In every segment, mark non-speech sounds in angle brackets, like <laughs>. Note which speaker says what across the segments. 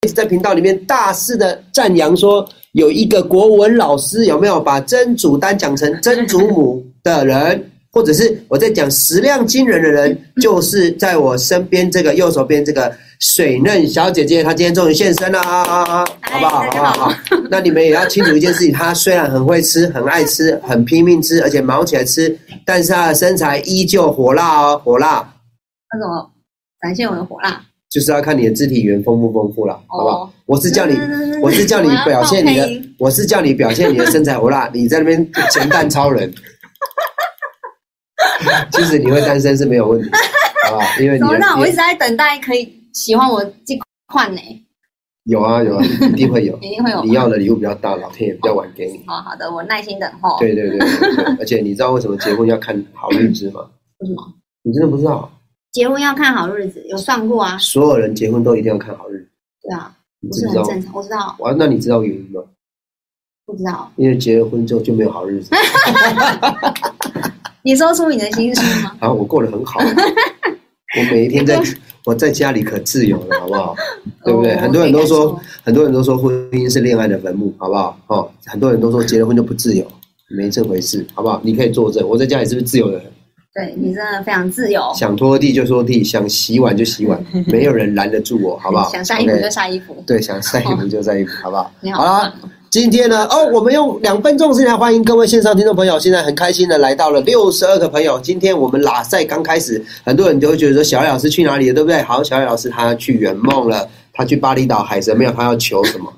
Speaker 1: 一直在频道里面大肆的赞扬说，有一个国文老师有没有把曾祖丹讲成曾祖母的人，或者是我在讲食量惊人的
Speaker 2: 嗯
Speaker 1: 人，就是在我身边这个右手边这个水嫩小姐姐，她今天终于现身了，好不好？
Speaker 2: 嗨大
Speaker 1: 好
Speaker 2: 家
Speaker 1: 不
Speaker 2: 好
Speaker 1: 好？那你们也要清楚一件事情，她虽然很会吃，很爱吃，很拼命吃，而且忙起来吃，但是她的身材依旧火辣哦，火辣
Speaker 2: 那怎么展现我的火辣？
Speaker 1: 就是要看你的肢体语言丰不丰富了，好不好？
Speaker 2: 哦，
Speaker 1: 我是叫你。我是叫你表现你
Speaker 2: 我要
Speaker 1: 的
Speaker 2: 爆黑，
Speaker 1: 我是叫你表现你的身材火
Speaker 2: <laughs>
Speaker 1: 辣，你在那边咸蛋超人。其实你会单身是没有
Speaker 2: <laughs>
Speaker 1: 问题，好吧？因为你
Speaker 2: 怎么让我一
Speaker 1: 的
Speaker 2: 直在等待可以喜欢我这款呢？
Speaker 1: 有啊有啊，一定
Speaker 2: <laughs>
Speaker 1: 会有。
Speaker 2: 一定会有。
Speaker 1: 你要的礼物比较大，老天也比较晚给你。
Speaker 2: 好好的，我耐心等候。
Speaker 1: 对对对对对，而且你知道为什么结婚要看好日子吗？
Speaker 2: 为什么？
Speaker 1: 你真的不知道？
Speaker 2: 结婚要看好日子，有算过啊？
Speaker 1: 所有人结婚都一定要看好日子，
Speaker 2: 对啊，
Speaker 1: 你
Speaker 2: 不
Speaker 1: 知
Speaker 2: 是
Speaker 1: 不
Speaker 2: 很
Speaker 1: 知道？
Speaker 2: 正常。我知道，
Speaker 1: 哇，那你知道原因吗？
Speaker 2: 不知道。
Speaker 1: 因为结了婚之后就没有好日子。
Speaker 2: 你说出你的心声吗？
Speaker 1: 啊，我过得很
Speaker 2: <laughs>
Speaker 1: 好，我每一天在我在家里可自由了，好不好？ <laughs> 对不对？
Speaker 2: 哦
Speaker 1: 很多人都说
Speaker 2: 可以感，
Speaker 1: 很多人都说婚姻是恋爱的坟墓，好不好？哦，很多人都说结了婚就不自由，没这回事，好不好？你可以作证，我在家里是不是自由的很？
Speaker 2: 对你真的非常自由，
Speaker 1: 想拖地就拖地，想洗碗就洗
Speaker 2: <laughs>
Speaker 1: 碗，没有人拦得住我，好不好？
Speaker 2: 想晒衣服
Speaker 1: OK
Speaker 2: 就晒衣服。
Speaker 1: 对，想晒衣服就晒衣服，
Speaker 2: <laughs>
Speaker 1: 好不好
Speaker 2: 你？好
Speaker 1: 好啦，今天呢，哦，我们用两分钟的时间来欢迎各位线上听众朋友，现在很开心的来到了六十二个朋友。今天我们拉赛刚开始，很多人都会觉得说小艾老师去哪里了，对不对？好，小艾老师他去圆梦了，他去巴厘岛海神庙，他要求什么？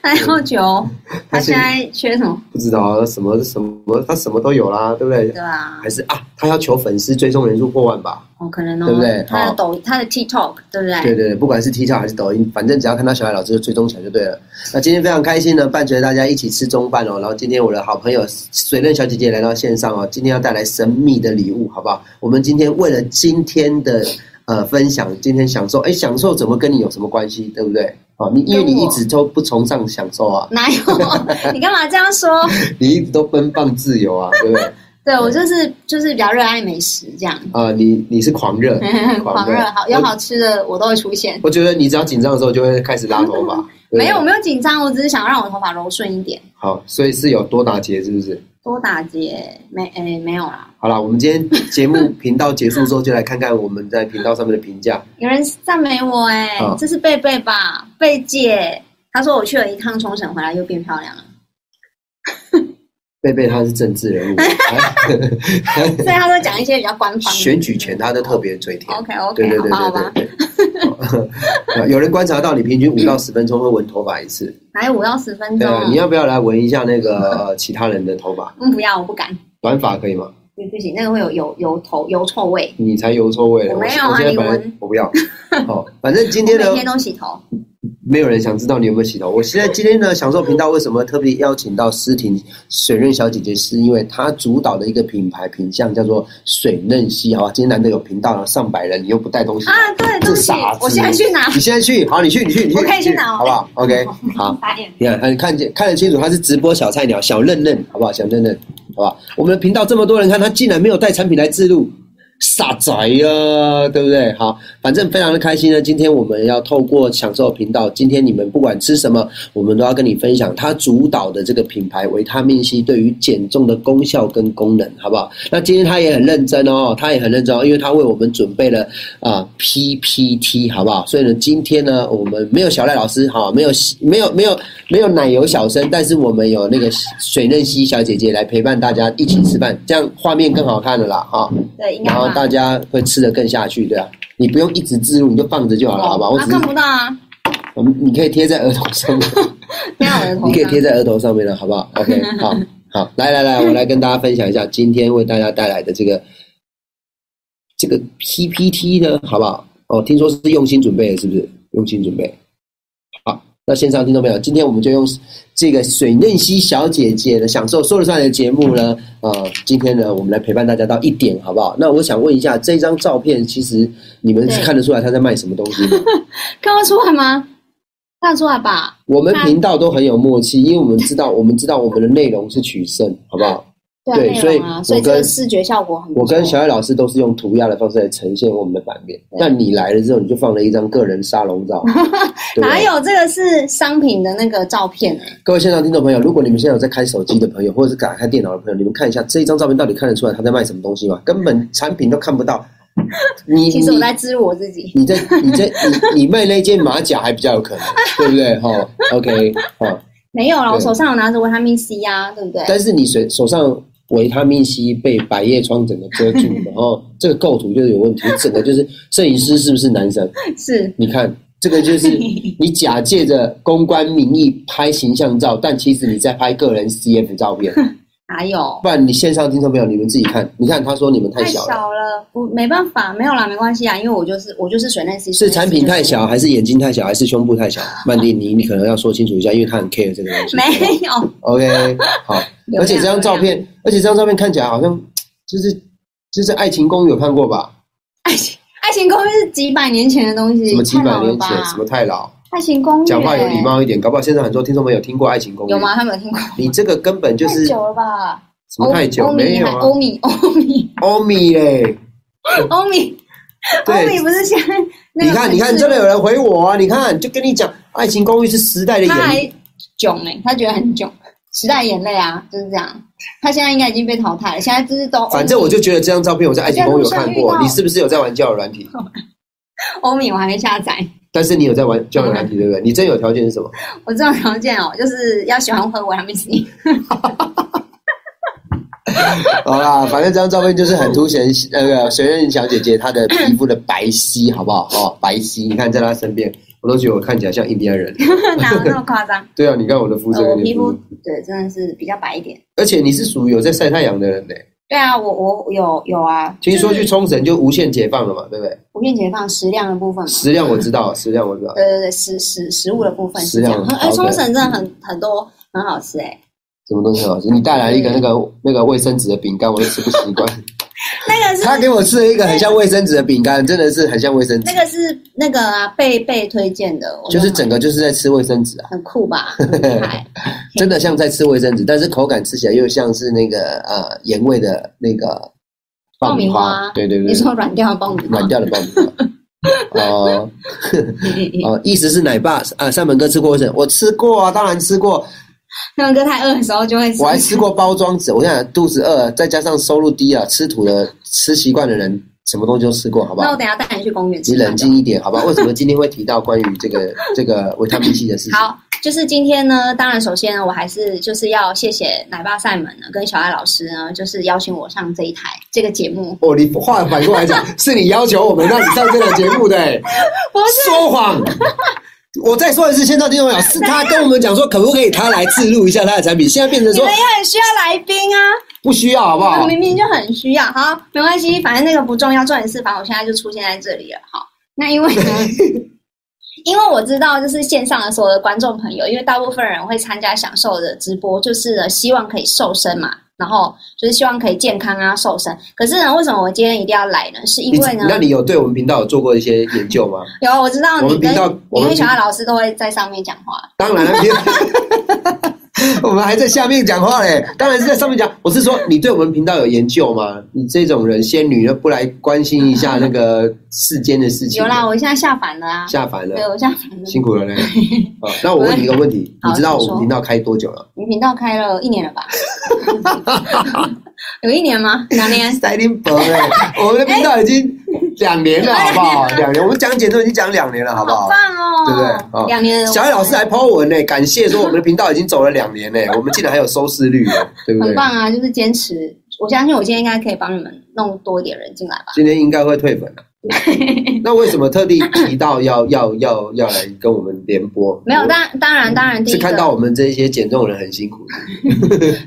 Speaker 2: 他要
Speaker 1: <laughs>
Speaker 2: 求，他现在缺什么？
Speaker 1: 不知道啊什么什么，他什么都有啦，对不对
Speaker 2: 对？吧
Speaker 1: 还？是啊，他要求粉丝追踪人数破万吧？
Speaker 2: 哦，可能哦，
Speaker 1: 对不对
Speaker 2: 他
Speaker 1: 哦
Speaker 2: 的抖，他的 TikTok，对不对？
Speaker 1: 对对对，不管是 TikTok 还是抖音，反正只要看到小海老师就追踪起来就对了。那今天非常开心呢，伴随大家一起吃中饭哦。然后今天我的好朋友水润小姐姐来到线上哦，今天要带来神秘的礼物，好不好？我们今天为了今天的呃分享，今天享受，哎，享受怎么跟你有什么关系，对不对？哦，你因为你一直都不崇尚享受啊，
Speaker 2: <laughs> 哪有？你干嘛这
Speaker 1: <laughs>
Speaker 2: 样说？
Speaker 1: 你一直都奔放自由啊，对不对？
Speaker 2: 对我就是就是比较热爱美食这样，
Speaker 1: 啊、你你是狂
Speaker 2: <laughs>
Speaker 1: 热，
Speaker 2: 狂热好有好吃的我都会出现。
Speaker 1: 我觉得你只要紧张的时候就会开始拉头
Speaker 2: <laughs>
Speaker 1: 发，对不对
Speaker 2: 没有没有紧张，我只是想让我头发柔顺一点。
Speaker 1: 好，所以是有多打结，是不是？
Speaker 2: 多打结没诶、没有啦，
Speaker 1: 好啦，我们今天节
Speaker 2: <laughs>
Speaker 1: 目频道结束之后，就来看看我们在频道上面的评价。
Speaker 2: 有人赞美我诶、
Speaker 1: 嗯
Speaker 2: 这是贝贝吧，贝姐，她说我去了一趟冲绳回来又变漂
Speaker 1: <laughs>
Speaker 2: 亮了，
Speaker 1: 贝贝他是政治
Speaker 2: <laughs>
Speaker 1: 人物，哎
Speaker 2: 所以她都讲一些比较官方的
Speaker 1: 选举前他都特别嘴甜。
Speaker 2: OK
Speaker 1: 对
Speaker 2: 哦 OK
Speaker 1: 对
Speaker 2: 好
Speaker 1: 对
Speaker 2: 吧好
Speaker 1: 对
Speaker 2: 吧，
Speaker 1: 对对 <laughs> 好。有人观察到你平均五到十分钟会闻头发一次，
Speaker 2: 还有五到十分
Speaker 1: 对
Speaker 2: 钟，
Speaker 1: 啊，你要不要来闻一下那个呃其他人的头发？
Speaker 2: 嗯不要我不敢，
Speaker 1: 短发可以吗？
Speaker 2: 不不行那个会有油油头油臭味，
Speaker 1: 你才油臭味了，
Speaker 2: 我没有啊
Speaker 1: 我现在
Speaker 2: 你
Speaker 1: 本来
Speaker 2: 闻
Speaker 1: 我不
Speaker 2: <laughs>
Speaker 1: 要。好，反正今
Speaker 2: 我
Speaker 1: 天
Speaker 2: 每
Speaker 1: 呢，
Speaker 2: 天都洗头，
Speaker 1: 没有人想知道你有没有洗头。我现在今天呢，享受频道为什么特别邀请到诗婷水润小姐姐，是因为她主导的一个品牌品相叫做水嫩溪，好吧？今天难得有频道了，上百人，你又不带东西，
Speaker 2: 啊对对
Speaker 1: 这
Speaker 2: 不起
Speaker 1: 傻子，
Speaker 2: 我现在去拿
Speaker 1: 你现在去，好，你去，你去，你去，
Speaker 2: 我可以去拿哦
Speaker 1: 好不好？OK，好。
Speaker 2: <laughs> 打眼
Speaker 1: 你看，很看见看得清楚，她是直播小菜鸟小嫩嫩，好不好？小嫩嫩，好不好？我们的频道这么多人看，她竟然没有带产品来自录，傻仔呀、对不对？好，反正非常的开心呢。今天我们要透过享受频道，今天你们不管吃什么，我们都要跟你分享它主导的这个品牌维他命 C 对于减重的功效跟功能，好不好？那今天他也很认真哦，他也很认真哦，因为他为我们准备了啊、PPT，好不好？所以呢，今天呢，我们没有小赖老师，哈，没有没有没有没有奶油小生，但是我们有那个水嫩溪小姐姐来陪伴大家一起吃饭，这样画面更好看了啦，哈、
Speaker 2: 对应该
Speaker 1: 然后
Speaker 2: 吧。
Speaker 1: 大家会吃的更下去，对啊，你不用一直自入，你就放着就好了，好吧？我
Speaker 2: 他
Speaker 1: 只是
Speaker 2: 看不到啊，
Speaker 1: 我们你可以贴在额头上面，
Speaker 2: 没啊有我 <laughs> 的头上。
Speaker 1: 你可以贴在额头上面了，好不好？OK，好，好，来来来，我来跟大家分享一下今天为大家带来的这个这个 PPT 呢，好不好？哦，听说是用心准备的，是不是？用心准备。好，那线上听众朋友，今天我们就用这个水嫩溪小姐姐的享受说了算的节目呢，呃，今天呢，我们来陪伴大家到一点，好不好？那我想问一下，这张照片其实你们
Speaker 2: 对
Speaker 1: 看得出来他在卖什么东西吗？
Speaker 2: 看得出来吗？看得出来吧？
Speaker 1: 我们频道都很有默契，因为我们知道，我们知道我们的内容是取胜，好不好？
Speaker 2: 对啊，
Speaker 1: 对
Speaker 2: 内
Speaker 1: 所以
Speaker 2: 容啊，
Speaker 1: 我
Speaker 2: 所以这个
Speaker 1: 跟
Speaker 2: 视觉效果很不
Speaker 1: 我跟
Speaker 2: 错
Speaker 1: 小艾老师都是用涂鸦的方式来呈现我们的版面。
Speaker 2: 对
Speaker 1: 那你来了之后，你就放了一张个人沙龙
Speaker 2: <laughs>
Speaker 1: 照，对不
Speaker 2: 哪
Speaker 1: 对？
Speaker 2: 有这个是商品的那个照片哎、
Speaker 1: 各位现场听众朋友，如果你们现在有在开手机的朋友，或者是打开电脑的朋友，你们看一下这一张照片到底看得出来他在卖什么东西吗？根本产品都看不到。你
Speaker 2: 其实
Speaker 1: 你
Speaker 2: 我在植入我自己。
Speaker 1: 你在你在你你卖那件马甲还比较有可能，对不对？哈、o k 哈、
Speaker 2: 没有啦，我
Speaker 1: 对
Speaker 2: 手上有拿着维他命 C 呀、对不对？
Speaker 1: 但是你手手上维他命 C 被百叶窗整个遮住， <laughs> 然后这个构图就是有问题，整个就是摄影师是不是男神？
Speaker 2: 是，
Speaker 1: 你看这个就是你假借着公关名义拍形象照，但其实你在拍个人 CF 照片。
Speaker 2: 哪有？
Speaker 1: 不然你线上听众朋友你们自己看，你看他说你们太小了，
Speaker 2: 小了，不没办法，没有啦，没关系啊，因为我就是我就是水嫩 C，
Speaker 1: 是产品太小，还是眼睛太小，还是胸部太小？曼迪，你你可能要说清楚一下，因为他很 care 这个东西。
Speaker 2: 没有，
Speaker 1: OK，好，
Speaker 2: <laughs> 流量
Speaker 1: 而且这张照
Speaker 2: 流
Speaker 1: 片，而且这张照片看起来好像就是就是爱情公寓有看过吧？
Speaker 2: 爱情爱情公寓是几百年前的东西，
Speaker 1: 什么几
Speaker 2: 太
Speaker 1: 百
Speaker 2: 老了
Speaker 1: 年
Speaker 2: 吧
Speaker 1: 前，什么太老，
Speaker 2: 爱情公寓、
Speaker 1: 讲话有礼
Speaker 2: 哎，
Speaker 1: 貌一点，搞不好现在很多听众朋友有听过爱情公寓
Speaker 2: 有？吗？他们有听过？
Speaker 1: 你这个根本就
Speaker 2: 太
Speaker 1: 是
Speaker 2: 久了吧？
Speaker 1: 什么太久
Speaker 2: 欧
Speaker 1: 没
Speaker 2: 米
Speaker 1: 有
Speaker 2: 还
Speaker 1: 啊？
Speaker 2: 欧米欧
Speaker 1: <laughs>
Speaker 2: 米
Speaker 1: 欧米嘞，
Speaker 2: 欧米欧米
Speaker 1: 对，
Speaker 2: 不是现在那
Speaker 1: 你
Speaker 2: 个
Speaker 1: 看你看，
Speaker 2: 粉丝
Speaker 1: 真的有人回我啊！你看，就跟你讲，爱情公寓是时代的
Speaker 2: 他
Speaker 1: 眼
Speaker 2: 还囧哎、他觉得很囧，时代眼泪啊，就是这样。他现在应该已经被淘汰了，现在就是都
Speaker 1: 反正我就觉得这张照片我在爱情公寓有看
Speaker 2: 在路上遇
Speaker 1: 过，
Speaker 2: 到
Speaker 1: 你是不是有在玩交友软体？
Speaker 2: 欧米我还没下载。
Speaker 1: 但是你有在玩交友软体对不对？你真有条件是什么？
Speaker 2: 我这种条件哦，就是要喜欢喝维他
Speaker 1: <laughs>
Speaker 2: 命 C。
Speaker 1: 好啦，反正这张照片就是很凸显那个水任小姐姐她的皮肤的白皙，好不好？哦，白皙，你看在她身边，我都觉得我看起来像印第安人。
Speaker 2: 哪有那么夸张？
Speaker 1: 对啊，你看我的肤色
Speaker 2: 呃我
Speaker 1: 跟你
Speaker 2: 皮
Speaker 1: 的
Speaker 2: 肤
Speaker 1: 哦肤色，
Speaker 2: 对真的是比较白一点。
Speaker 1: 而且你是属于有在晒太阳的人呢。
Speaker 2: 对啊，我我有有啊，
Speaker 1: 听说去
Speaker 2: 就是
Speaker 1: 冲绳就无限解放了嘛，对不对？
Speaker 2: 无限解放食量的部分嘛。
Speaker 1: 食量我知道，食量我知道。
Speaker 2: 对对对，食食食物的部分
Speaker 1: 食
Speaker 2: 是这
Speaker 1: 量
Speaker 2: 样。哎，
Speaker 1: 好
Speaker 2: 冲
Speaker 1: 对
Speaker 2: 绳真的很很多很好吃哎，
Speaker 1: 什么东西很好吃？你带来一个那个那个卫生纸的饼干，我都吃不习惯。
Speaker 2: 那个是
Speaker 1: <laughs> 他给我吃了一个很像卫生纸的饼干，真的是很像卫生纸
Speaker 2: 那，个是那个啊，贝贝推荐的，我
Speaker 1: 就是
Speaker 2: 买
Speaker 1: 整个就是在吃卫生纸啊。
Speaker 2: 很
Speaker 1: <laughs>
Speaker 2: 酷吧，很厉害。
Speaker 1: 真的像在吃卫生纸，但是口感吃起来又像是那个呃盐味的那个爆米
Speaker 2: 爆米花
Speaker 1: 对对
Speaker 2: 你
Speaker 1: 对，
Speaker 2: 说软掉的爆米花
Speaker 1: 软，掉的爆米花。哦
Speaker 2: <laughs>
Speaker 1: 哦，意思是奶爸啊，三门哥吃过卫生纸，我吃过啊，当然吃过，
Speaker 2: 那种哥太饿的时候就会吃
Speaker 1: 我。还吃过包装纸。我想肚子饿，再加上收入低啊，吃土的吃习惯的人，什么东西都吃过，好不
Speaker 2: 那
Speaker 1: 好
Speaker 2: 我？等一下带你去公园吃
Speaker 1: 你
Speaker 2: 饭。
Speaker 1: 冷静一点，好吧？为什么今天会提到关于这个这个维他命 C 的事情？
Speaker 2: 好，就是今天呢，当然首先呢，我还是就是要谢谢奶爸赛门呢跟小爱老师呢，就是邀请我上这一台这个节目。
Speaker 1: 哦，你话反过来
Speaker 2: <laughs>
Speaker 1: 讲，是你要求我们让你上这个节目的、欸，
Speaker 2: 不是
Speaker 1: 说谎。我再说一次，现在听众朋友
Speaker 2: <laughs>
Speaker 1: 是他跟我们讲说，可不可以他来置入一下他的产品？现在变成
Speaker 2: 你
Speaker 1: 说
Speaker 2: 们也很需要来宾啊，
Speaker 1: 不需要，好不
Speaker 2: 我
Speaker 1: 好？
Speaker 2: 明明就很需要。好，没关系，反正那个不重要，重点是，反正我现在就出现在这里了。好，那
Speaker 1: <laughs>
Speaker 2: 因为呢。因为我知道，就是线上的所有的观众朋友，因为大部分人会参加享受的直播，就是呢希望可以瘦身嘛，然后就是希望可以健康啊，瘦身。可是呢，为什么我今天一定要来呢？是
Speaker 1: 你
Speaker 2: 因为呢，
Speaker 1: 那你有对我们频道有做过一些研究吗？
Speaker 2: 有，我知
Speaker 1: 我
Speaker 2: 道啊你
Speaker 1: 们
Speaker 2: 跟
Speaker 1: 频道我
Speaker 2: 你
Speaker 1: 们
Speaker 2: 跟小
Speaker 1: 频
Speaker 2: 爱老师都会在上面讲话。
Speaker 1: 当
Speaker 2: <laughs>
Speaker 1: 然了，别 <laughs> 我们还在下面讲话嘞，当然是在上面讲。我是说，你对我们频道有研究吗？你这种人，仙女又不来关心一下那个世间的事情，
Speaker 2: 有啦，我现在下凡了啊，
Speaker 1: 下凡了
Speaker 2: 对，，我下凡了。
Speaker 1: 辛苦
Speaker 2: <laughs>
Speaker 1: 了嘞。啊，那我问你一个问题，
Speaker 2: 好
Speaker 1: 你知道
Speaker 2: 请
Speaker 1: 我
Speaker 2: 说
Speaker 1: 们频道开多久了？
Speaker 2: 你频道开了一年了
Speaker 1: <laughs>
Speaker 2: 吧？有一年吗？两年？
Speaker 1: 塞林博哎，我们的频道已经两年
Speaker 2: <laughs>
Speaker 1: 了，好不好？两年，我们讲解都已经讲两年了，好不好？
Speaker 2: 棒哦，
Speaker 1: 对不对哦
Speaker 2: 两年，
Speaker 1: 小艾老师还 po 文呢，感谢说我们的频道已经走了两
Speaker 2: <laughs>
Speaker 1: 年呢，我们竟然还有收视率哦，对不
Speaker 2: 很
Speaker 1: 对？
Speaker 2: 棒啊，就是坚持。我相信我今天应该可以帮你们弄多一点人进来吧。
Speaker 1: 今天应该会退
Speaker 2: <laughs>
Speaker 1: 粉了。那为什么特地提到要要要要来跟我们联播？
Speaker 2: 没有，当当然当然，第
Speaker 1: 嗯是
Speaker 2: 一
Speaker 1: 看到
Speaker 2: 个
Speaker 1: 我们这些减重人很辛苦，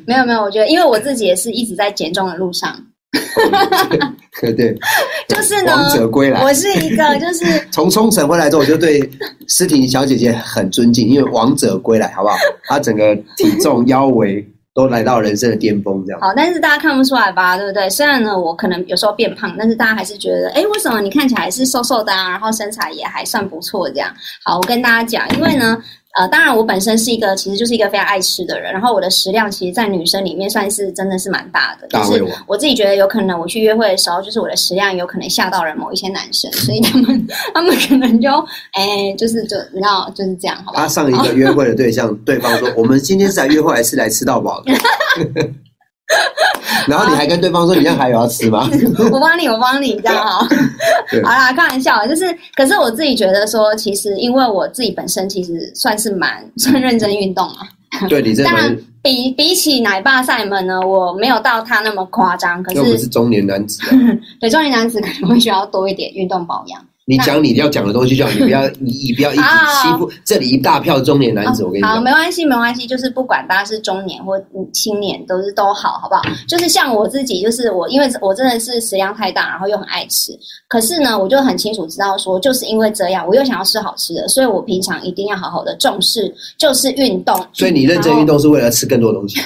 Speaker 2: 没有没有，我觉得因为我自己也是一直在减重的路上，
Speaker 1: 对对，
Speaker 2: <laughs> 就是呢
Speaker 1: 王者归来。
Speaker 2: 我是一个
Speaker 1: <laughs>
Speaker 2: 就是
Speaker 1: 从冲绳回来之后，我就对诗婷小姐姐很尊敬，因为王者归来，好不好？她整个体
Speaker 2: <laughs>
Speaker 1: 重、腰围都来到人生的巅峰，这样。
Speaker 2: 好，但是大家看不出来吧，对不对？虽然呢，我可能有时候变胖，但是大家还是觉得，哎，为什么你看起来是瘦瘦的啊？然后身材也还算不错，这样。好，我跟大家讲，因为呢，呃，当然我本身是一个其实就是一个非常爱吃的人，然后我的食量其实，在女生里面算是真的是蛮大的，就
Speaker 1: 大胃
Speaker 2: 是
Speaker 1: 王
Speaker 2: 我自己觉得有可能我去约会的时候，就是我的食量有可能吓到了某一些男生，所以他
Speaker 1: 嗯
Speaker 2: 们 <laughs> 他们可能就哎，就是就你知道就是这样，好吧？
Speaker 1: 他上一个约会的对
Speaker 2: <laughs>
Speaker 1: 象，对方说：“我们今天是来约会，还是来吃到饱的？” <laughs> 然后你还跟对方说：“你这样还有要吃吗
Speaker 2: 我帮你，我帮你，这样
Speaker 1: <laughs>
Speaker 2: 哈。
Speaker 1: 对
Speaker 2: <laughs> 好啦，开玩笑，啊就是，可是我自己觉得说，其实因为我自己本身其实算是蛮算认真运动嘛。？”
Speaker 1: 对你这
Speaker 2: 当
Speaker 1: 蛮
Speaker 2: 然，比比起奶爸赛门呢，我没有到他那么夸张，可
Speaker 1: 又不
Speaker 2: 是
Speaker 1: 是中年男子啊、
Speaker 2: 对中年男子可能会需要多一点运动保养。
Speaker 1: 你讲你要讲的东西就好，你不
Speaker 2: <laughs>
Speaker 1: 要你你不要一直欺负这里一大票中年男子。我跟你
Speaker 2: 啊哦好，
Speaker 1: 讲，
Speaker 2: 没关系，没关系，就是不管大家是中年或青年，都是都好，好不好？就是像我自己，就是我，因为我真的是食量太大，然后又很爱吃，可是呢，我就很清楚知道说，就是因为这样，我又想要吃好吃的，所以我平常一定要好好的重视，就是运动。
Speaker 1: 所以你认真运动是为了吃更多东西。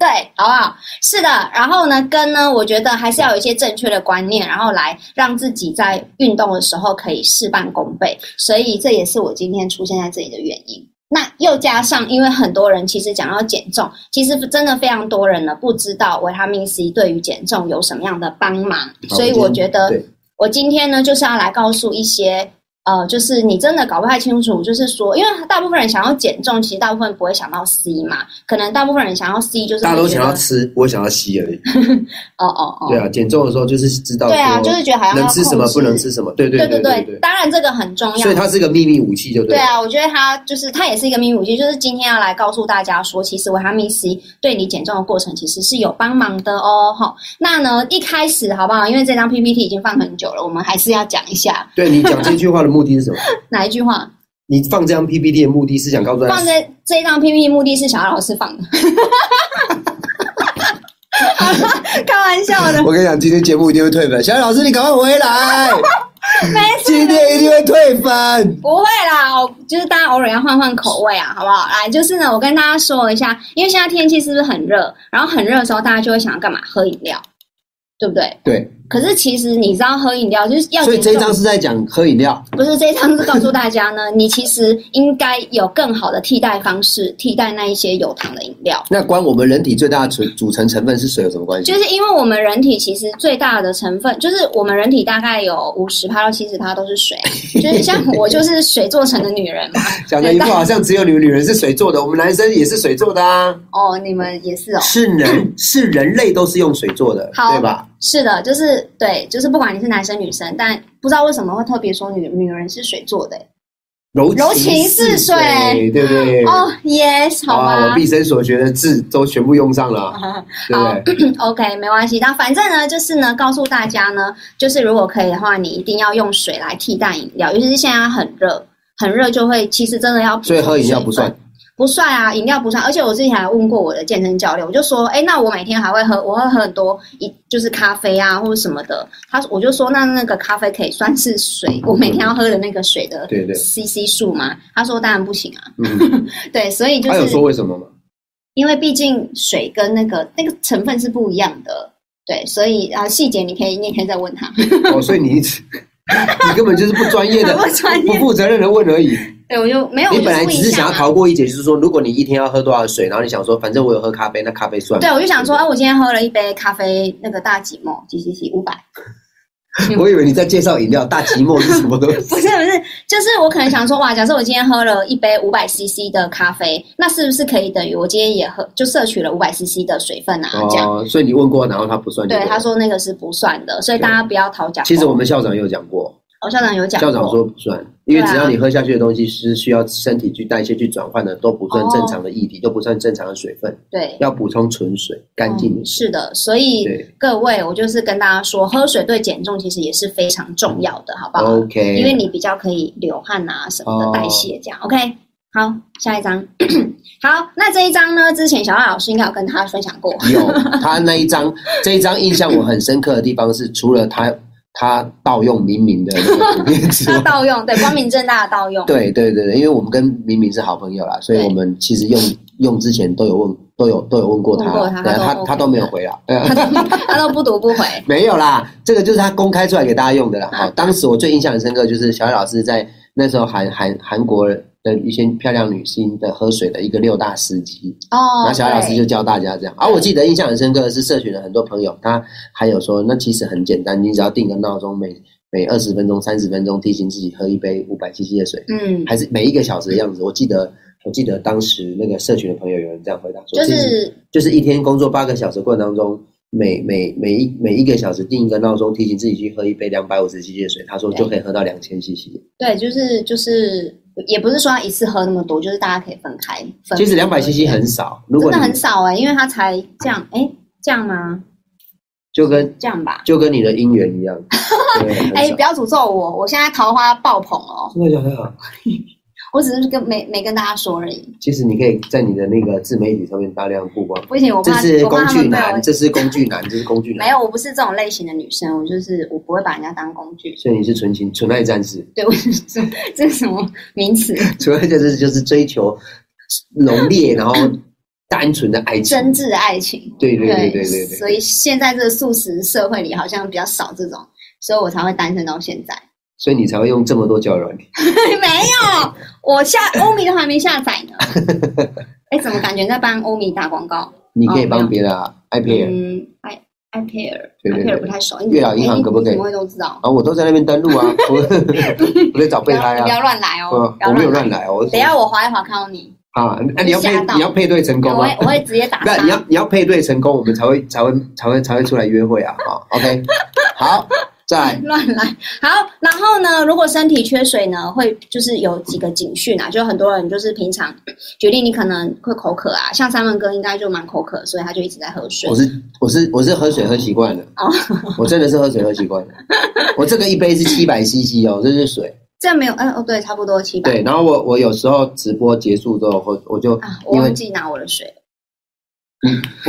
Speaker 2: 对，好不好？是的，然后呢，跟呢，我觉得还是要有一些正确的观念，然后来让自己在运动的时候可以事半功倍。所以这也是我今天出现在这里的原因。那又加上，因为很多人其实讲到减重，其实真的非常多人呢不知道维他命 C 对于减重有什么样的帮忙，
Speaker 1: 好
Speaker 2: 所以我觉得
Speaker 1: 对
Speaker 2: 我今天呢，就是要来告诉一些，呃，就是你真的搞不太清楚，就是说，因为大部分人想要减重，其实大部分不会想到 C 嘛，可能大部分人想要 C 就是
Speaker 1: 大家都
Speaker 2: 会觉
Speaker 1: 想
Speaker 2: 得
Speaker 1: 要吃，我想要吸而已。
Speaker 2: 哦哦哦，
Speaker 1: 对啊，减重的时候就是知道
Speaker 2: 对啊，
Speaker 1: 说
Speaker 2: 就是觉得好像要
Speaker 1: 能吃什么
Speaker 2: 控制
Speaker 1: 不能吃什么。对对对
Speaker 2: 对对
Speaker 1: 对，
Speaker 2: 当然这个很重要
Speaker 1: 所以。它是一个秘密武器，就对
Speaker 2: 对
Speaker 1: 了。
Speaker 2: 啊，我觉得它就是它也是一个秘密武器，就是今天要来告诉大家说，其实维他命 C 对你减重的过程其实是有帮忙的哦。哈，那呢一开始好不好？因为这张 PPT 已经放很久了，我们还是要讲一下
Speaker 1: 对你讲这句话的目的是什么？
Speaker 2: 哪一句话。
Speaker 1: 你放这张 PPT 的目的是想告诉大
Speaker 2: 放
Speaker 1: 家，
Speaker 2: 在这一张 PPT 目的是想要老师放的。 <laughs> 好啦开玩笑的，
Speaker 1: 我跟你讲，今天节目一定会退粉。小野老师，你赶快回
Speaker 2: <laughs>
Speaker 1: 来，今天一定会退粉。
Speaker 2: 不会啦，我就是大家偶尔要换换口味啊，好不好？来，就是呢，我跟大家说一下，因为现在天气是不是很热？然后很热的时候，大家就会想要干嘛？喝饮料，对不对？
Speaker 1: 对，
Speaker 2: 可是其实你知道，喝饮料就是要
Speaker 1: 所以这一
Speaker 2: 减重
Speaker 1: 张是在讲喝饮料，
Speaker 2: 不是这一张是告诉大家呢，你其实应该有更好的替代方式，替代那一些有糖的饮料。
Speaker 1: 那关我们人体最大的组组成成分是水有什么关系
Speaker 2: 就？是因为我们人体其实最大的成分，就是我们人体大概有五十趴到七十趴都是
Speaker 1: <laughs>
Speaker 2: 水，就是像我就是水做成的女人嘛。
Speaker 1: 讲的一副好像只有女女人是水做的，我们男生也是水做的啊。
Speaker 2: 哦，你们也是哦。
Speaker 1: 是人是人类都是用水做的，
Speaker 2: 好
Speaker 1: 对吧？
Speaker 2: 是的，就是对，就是不管你是男生女生，但不知道为什么会特别说女女人是水做的、
Speaker 1: 柔
Speaker 2: 柔情似水
Speaker 1: 对不对？
Speaker 2: 哦、yes，好
Speaker 1: 哇我
Speaker 2: 吗？
Speaker 1: 毕生所学的字都全部用上了，对不
Speaker 2: 好
Speaker 1: 对？
Speaker 2: <laughs> OK，没关系。那反正呢，就是呢，告诉大家呢，就是如果可以的话，你一定要用水来替代饮料，尤其是现在很热，很热就会，其实真的要补
Speaker 1: 所以喝饮料
Speaker 2: 水
Speaker 1: 不
Speaker 2: <laughs> 分
Speaker 1: 算，
Speaker 2: 不算啊，饮料不算。而且我之前还问过我的健身教练，我就说，哎、那我每天还会喝，我会喝很多一就是咖啡啊或者什么的。他我就说，那那个咖啡可以算是水，我每天要喝的那个水的
Speaker 1: 对对
Speaker 2: CC 数吗？他说当然不行啊。
Speaker 1: 嗯，
Speaker 2: 对，所以就
Speaker 1: 他有
Speaker 2: 是
Speaker 1: 说为什
Speaker 2: <laughs>
Speaker 1: 么吗？
Speaker 2: 因为毕竟水跟那个那个成分是不一样的。对，所以啊，细节你可以，你也可以再问他。
Speaker 1: 哦，所以你
Speaker 2: <laughs>
Speaker 1: 你根本就是不专业的、
Speaker 2: 不专业
Speaker 1: 不负责任的问而已。
Speaker 2: 对，我就没有，我
Speaker 1: 你
Speaker 2: 就
Speaker 1: 本来
Speaker 2: 问一
Speaker 1: 只是
Speaker 2: 下
Speaker 1: 想要
Speaker 2: 嘛
Speaker 1: 逃过一劫，就是说，如果你一天要喝多少水，然后你想说，反正我有喝咖啡，那咖啡算
Speaker 2: 对，
Speaker 1: 吗？嗯
Speaker 2: 我就想说，啊，我今天喝了一杯咖啡，那个大几沫，几几几，五百。
Speaker 1: 我以为你在介绍饮料，大寂寞是什么东西？
Speaker 2: <laughs> 不是不是，就是我可能想说，哇，假设我今天喝了一杯五百 CC 的咖啡，那是不是可以等于我今天也喝就摄取了五百 CC 的水分啊？这样，
Speaker 1: 哦，所以你问过，然后他不算就
Speaker 2: 对，
Speaker 1: 了
Speaker 2: 他说那个是不算的，所以大家不要讨假。
Speaker 1: 其实我们校长也有讲过，
Speaker 2: 哦，校长有讲过，
Speaker 1: 校长说不算，因为
Speaker 2: 对啊
Speaker 1: 只要你喝下去的东西是需要身体去代谢、去转换的，都不
Speaker 2: 哦
Speaker 1: 算正常的液体，都不算正常的水分，
Speaker 2: 对，
Speaker 1: 要补充纯水、干净的
Speaker 2: 嗯
Speaker 1: 水。
Speaker 2: 是的，所以
Speaker 1: 对
Speaker 2: 各位，我就是跟大家说，喝水对减重其实也是非常重要的，好不好？
Speaker 1: OK，
Speaker 2: 嗯因为你比较可以流汗啊什么的代谢这样。OK，好，
Speaker 1: 哦
Speaker 2: 下一张。 <clears throat> 好，那这一张呢？之前小赖老师应该有跟他分享过，
Speaker 1: 有他那一
Speaker 2: <laughs>
Speaker 1: 张，这一张印象我很深刻的地方是，除了他他盗用明明的那个图
Speaker 2: <laughs>
Speaker 1: 片之
Speaker 2: 他
Speaker 1: 外，
Speaker 2: 盗用，对，光明正大的盗用。
Speaker 1: 对对对对，因为我们跟明明是好朋友啦，所以
Speaker 2: 对
Speaker 1: 我们其实用用之前都有问，都有都有问过他
Speaker 2: 问过他，
Speaker 1: 对
Speaker 2: 他都
Speaker 1: 他
Speaker 2: OK
Speaker 1: 他都没有回啦。对啊
Speaker 2: 他都 <laughs> 他都不读不回。
Speaker 1: 没有啦，这个就是他公开出来给大家用的啦。
Speaker 2: 啊
Speaker 1: 好，当时我最印象很深刻就是小野老师在那时候韩韩韩国的一些漂亮女星的喝水的一个六大司机，然
Speaker 2: 哦，
Speaker 1: 后小艾老师
Speaker 2: 对
Speaker 1: 就教大家这样。啊，
Speaker 2: 对
Speaker 1: 我记得印象很深刻的是，社群的很多朋友，他还有说，那其实很简单，你只要定个闹钟，每每二十分钟、三十分钟提醒自己喝一杯五百 CC 的水，
Speaker 2: 嗯，
Speaker 1: 还是每一个小时的样子。我记得，我记得当时那个社群的朋友有人这样回答说，
Speaker 2: 就
Speaker 1: 其实
Speaker 2: 是
Speaker 1: 就是一天工作八个小时过程当中，每每每一每一个小时定一个闹钟，提醒自己去喝一杯两百五十 CC 的水。他说
Speaker 2: 对
Speaker 1: 就可以喝到两千 CC。
Speaker 2: 对，就是就是，也不是说要一次喝那么多，就是大家可以分开。分
Speaker 1: 其实
Speaker 2: 开
Speaker 1: 两百
Speaker 2: 喝
Speaker 1: CC 很少，如
Speaker 2: 真
Speaker 1: 果
Speaker 2: 的
Speaker 1: 你
Speaker 2: 很少哎、因为它才这样哎、这样吗？
Speaker 1: 就跟
Speaker 2: 这样吧。
Speaker 1: 就跟你的姻缘一样，
Speaker 2: <laughs>
Speaker 1: 对很
Speaker 2: 哎、
Speaker 1: 少
Speaker 2: 不要诅咒我，我现在桃花爆棚哦，
Speaker 1: 真的假的？
Speaker 2: 我只是跟没没跟大家说而已。
Speaker 1: 其实你可以在你的那个自媒体上面大量曝光。
Speaker 2: 不行，我
Speaker 1: 这
Speaker 2: 怕
Speaker 1: 是
Speaker 2: 我
Speaker 1: 工
Speaker 2: 怕他
Speaker 1: 具
Speaker 2: 们被我
Speaker 1: 男，这是工具男，这是工具
Speaker 2: 没
Speaker 1: 男。
Speaker 2: 有，我不是这种类型的女生，我就是我不会把人家当工具。
Speaker 1: 所以你是纯情纯爱战士，
Speaker 2: 对，我是说这是什么名 <laughs> 词？
Speaker 1: 纯爱战士就是追求浓烈，然后单纯的爱情。
Speaker 2: 真挚爱情。
Speaker 1: 对对对对对对。
Speaker 2: 所以现在这个素食社会里好像比较少这种，所以我才会单身到现在。 <laughs>
Speaker 1: 所以你才会用这么多交友软体。
Speaker 2: 没有，我下欧米都还没下载
Speaker 1: <laughs>
Speaker 2: 呢。哎，怎么感觉在帮欧米打广告？
Speaker 1: 你可以帮别人啊，iPad
Speaker 2: 哦嗯，i iPad
Speaker 1: 对对对
Speaker 2: iPad 不太熟，你
Speaker 1: 月老银行
Speaker 2: 哎
Speaker 1: 可不可以
Speaker 2: 你怎么会都知道？
Speaker 1: 啊，我都在那边登
Speaker 2: <laughs>
Speaker 1: 录啊，我我在找备胎
Speaker 2: 不要
Speaker 1: 啊，
Speaker 2: 乱来哦
Speaker 1: 嗯，
Speaker 2: 不要
Speaker 1: 我没有
Speaker 2: 来
Speaker 1: 乱。来，我
Speaker 2: 等一下我划一划看到你，
Speaker 1: 啊，那你要配
Speaker 2: 吓到
Speaker 1: 你要配对成
Speaker 2: 我
Speaker 1: 功
Speaker 2: 会
Speaker 1: 啊，
Speaker 2: 我会直接打
Speaker 1: 那你要
Speaker 2: 杀。
Speaker 1: 你要配对成功，我们才会才会才会才会出来约会啊，好，OK，好，
Speaker 2: <laughs>
Speaker 1: 再来
Speaker 2: 乱来好，然后呢？如果身体缺水呢，会就是有几个警讯啊，就很多人就是平常决定你可能会口渴啊，像三文哥应该就蛮口渴，所以他就一直在喝水
Speaker 1: 我。是我是我是喝水喝习惯了，
Speaker 2: 哦
Speaker 1: 我真的是喝水喝习惯
Speaker 2: <laughs>
Speaker 1: 了，我这个一杯是七百 CC 哦，这是水，
Speaker 2: 这没有，嗯哦，对，差不多七百。
Speaker 1: 对，然后我我有时候直播结束之后，我我就
Speaker 2: 啊，我
Speaker 1: 因为
Speaker 2: 忘记拿我的水了，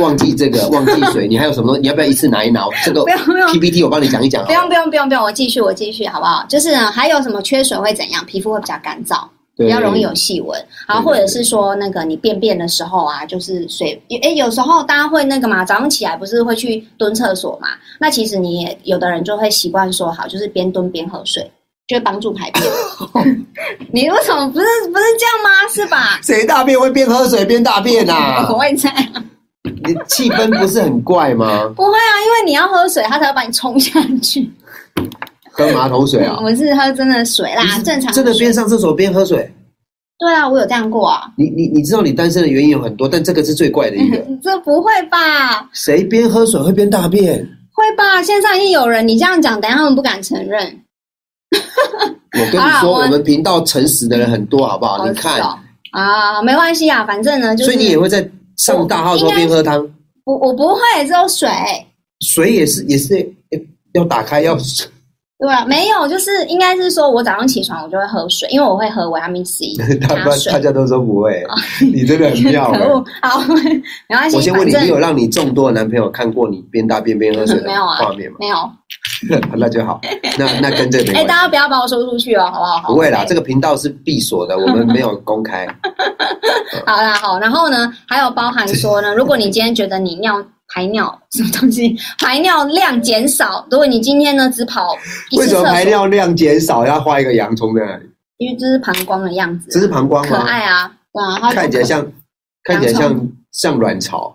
Speaker 1: 忘记这个忘记水，你还有什么东西？你要不要一次拿一拿？这个
Speaker 2: 不用不用
Speaker 1: PPT 我帮你讲一讲好
Speaker 2: 不
Speaker 1: 了，
Speaker 2: 用不用不用不用，我继续我继续好不好？就是呢，还有什么缺水会怎样？皮肤会比较干燥，
Speaker 1: 对
Speaker 2: 比较容易有细纹，然后或者是说那个你便便的时候啊，就是水，哎，有时候大家会那个嘛，早上起来不是会去蹲厕所嘛？那其实你也有的人就会习惯说好，就是边蹲边喝水。就会帮助排
Speaker 1: <laughs>
Speaker 2: 便，你为什么不是不是这样吗？是吧？
Speaker 1: 谁大便会边喝水边大便啊
Speaker 2: <laughs> 不？会这样，
Speaker 1: 你气氛不是很怪
Speaker 2: <laughs>
Speaker 1: 吗？
Speaker 2: 不会啊，因为你要喝水，它才会把你冲下
Speaker 1: <laughs>
Speaker 2: 去。
Speaker 1: 喝马桶水啊？
Speaker 2: 我是喝真的水啦，正常
Speaker 1: 真的
Speaker 2: 水
Speaker 1: 边上厕所边喝水？
Speaker 2: 对啊，我有这样过啊。
Speaker 1: 你你你知道你单身的原因有很多，但这个是最怪的一
Speaker 2: <laughs>
Speaker 1: 个。
Speaker 2: 这不会吧？
Speaker 1: 谁边喝水会边大便？
Speaker 2: 会吧？线上一定有人，你这样讲，等一下他们不敢承认。
Speaker 1: 我跟你
Speaker 2: 好啦
Speaker 1: 说，
Speaker 2: 我
Speaker 1: 我们频道诚实的人很多，好不好？
Speaker 2: 哦
Speaker 1: 你看
Speaker 2: 是，哦啊，没关系啊，反正呢，就是
Speaker 1: 所以你也会在上大号的时候边喝汤，
Speaker 2: 我我不会，只有水。
Speaker 1: 水也是也是也要打开要。
Speaker 2: 对啊，没有，就是应该是说，我早上起床我就会喝水，因为我会喝维他
Speaker 1: <laughs>
Speaker 2: 命 C
Speaker 1: 大
Speaker 2: 加
Speaker 1: 家大
Speaker 2: 水。啊
Speaker 1: 家都说不会，你真的很
Speaker 2: 可
Speaker 1: 妙欸。
Speaker 2: 恶，好， <laughs> 没关系，
Speaker 1: 我先问你，
Speaker 2: 反
Speaker 1: 你
Speaker 2: 正
Speaker 1: 有让你众多的男朋友看过你边大便边喝水的
Speaker 2: <laughs> 没有啊
Speaker 1: 画面吗？ <laughs>
Speaker 2: 没有。
Speaker 1: 那就好，那那跟这没
Speaker 2: <laughs> 哎，
Speaker 1: 关系
Speaker 2: 大。家不要把我说出去哦，好不好？好
Speaker 1: 不会啦，这个频道是闭锁的，我们没有公开。
Speaker 2: 好啦，好，然后呢，还有包含说呢，如果你今天觉得你尿排尿什么东西，排尿量减少，如果你今天呢只跑 <laughs> 一
Speaker 1: 为
Speaker 2: 次
Speaker 1: 什
Speaker 2: 厕
Speaker 1: 么
Speaker 2: 所，
Speaker 1: 排尿量减少要画一个洋葱在那里？
Speaker 2: 因为这是膀胱的样子，
Speaker 1: 这是膀胱
Speaker 2: 可
Speaker 1: 吗？
Speaker 2: 爱啊，对啊，它
Speaker 1: 看起来像，看起来
Speaker 2: 洋
Speaker 1: 像像卵巢，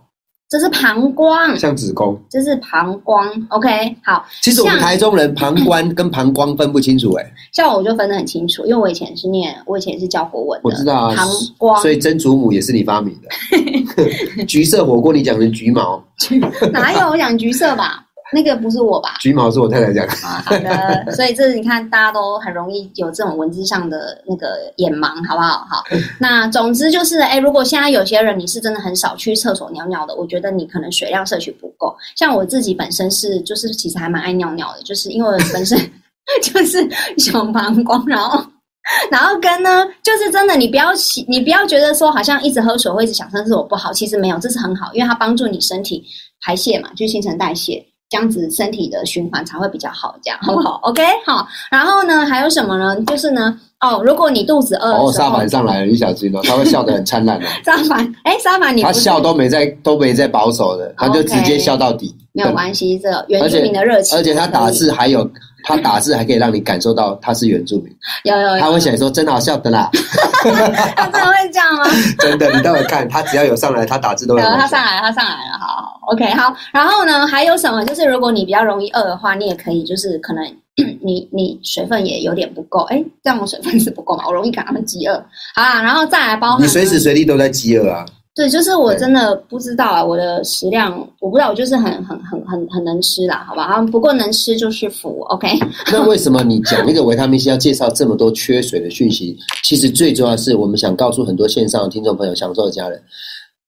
Speaker 2: 这是膀胱，
Speaker 1: 像子宫。
Speaker 2: 这是膀胱，OK，好
Speaker 1: 其实我们
Speaker 2: 像
Speaker 1: 台中人膀
Speaker 2: <laughs>
Speaker 1: 胱跟膀胱分不清楚，哎，
Speaker 2: 像我就分得很清楚，因为我以前是念，我以前是教国文的，
Speaker 1: 我知道啊
Speaker 2: 膀胱
Speaker 1: 所以曾祖母也是你发明的。橘色火锅你讲成橘毛，
Speaker 2: <laughs> 哪有我讲橘色吧？那个不是我吧？
Speaker 1: 橘毛是我太太讲的。
Speaker 2: 啊，好的，所以这你看，大家都很容易有这种文字上的那个眼盲，好不好？好，那总之就是，哎、如果现在有些人你是真的很少去厕所尿尿的，我觉得你可能水量摄取不够。像我自己本身是，就是其实还蛮爱尿尿的，就是因为我本身 <laughs> 就是小膀胱，然后。 <laughs> 然后跟呢，就是真的，你不要起，你不要觉得说好像一直喝水或一直想上厕所不好，其实没有，这是很好，因为它帮助你身体排泄嘛，就新陈代谢，这样子身体的循环才会比较好，这样好不好？OK，好。然后呢，还有什么呢？就是呢，哦，如果你肚子饿
Speaker 1: 哦，
Speaker 2: 的时
Speaker 1: 沙
Speaker 2: 候，
Speaker 1: 凡上来了，你小心哦，他会笑得很灿烂哦。
Speaker 2: 沙凡，哎，沙凡，你
Speaker 1: 他
Speaker 2: 不是
Speaker 1: 笑都没在都没在保守的，他就直接
Speaker 2: OK
Speaker 1: 笑到底。
Speaker 2: 没有
Speaker 1: 对
Speaker 2: 关系，这个原
Speaker 1: 而
Speaker 2: 住
Speaker 1: 且
Speaker 2: 民的热情，
Speaker 1: 而且他打，字还有，他打字还可以让你感受到他是原住民，
Speaker 2: 有有
Speaker 1: <laughs>
Speaker 2: 有，
Speaker 1: 他会写说真好笑的啦，
Speaker 2: 他真的会这
Speaker 1: <laughs>
Speaker 2: 样吗？
Speaker 1: 真的，你待会看他只要有上来，他打字都会
Speaker 2: 然后
Speaker 1: 好
Speaker 2: 啊他
Speaker 1: 笑
Speaker 2: 上。来了，他上来了，好好好，OK，好。然后呢，还有什么？就是如果你比较容易饿的话，你也可以，就是可能 <clears throat> 你你水分也有点不够，哎，这样我水分是不够嘛？我容易感到饥饿。好啦，然后再来包含
Speaker 1: 你随时随地都在饥饿啊，
Speaker 2: 对，就是我
Speaker 1: 对
Speaker 2: 真的不知道啊，我的食量我不知道，我就是很很很很很能吃啦，好吧？好，不过能吃就是福，OK。
Speaker 1: <laughs> 那为什么你讲那个维他命 C 要介绍这么多缺水的讯息？其实最重要的是，我们想告诉很多线上的听众朋友、享受的家人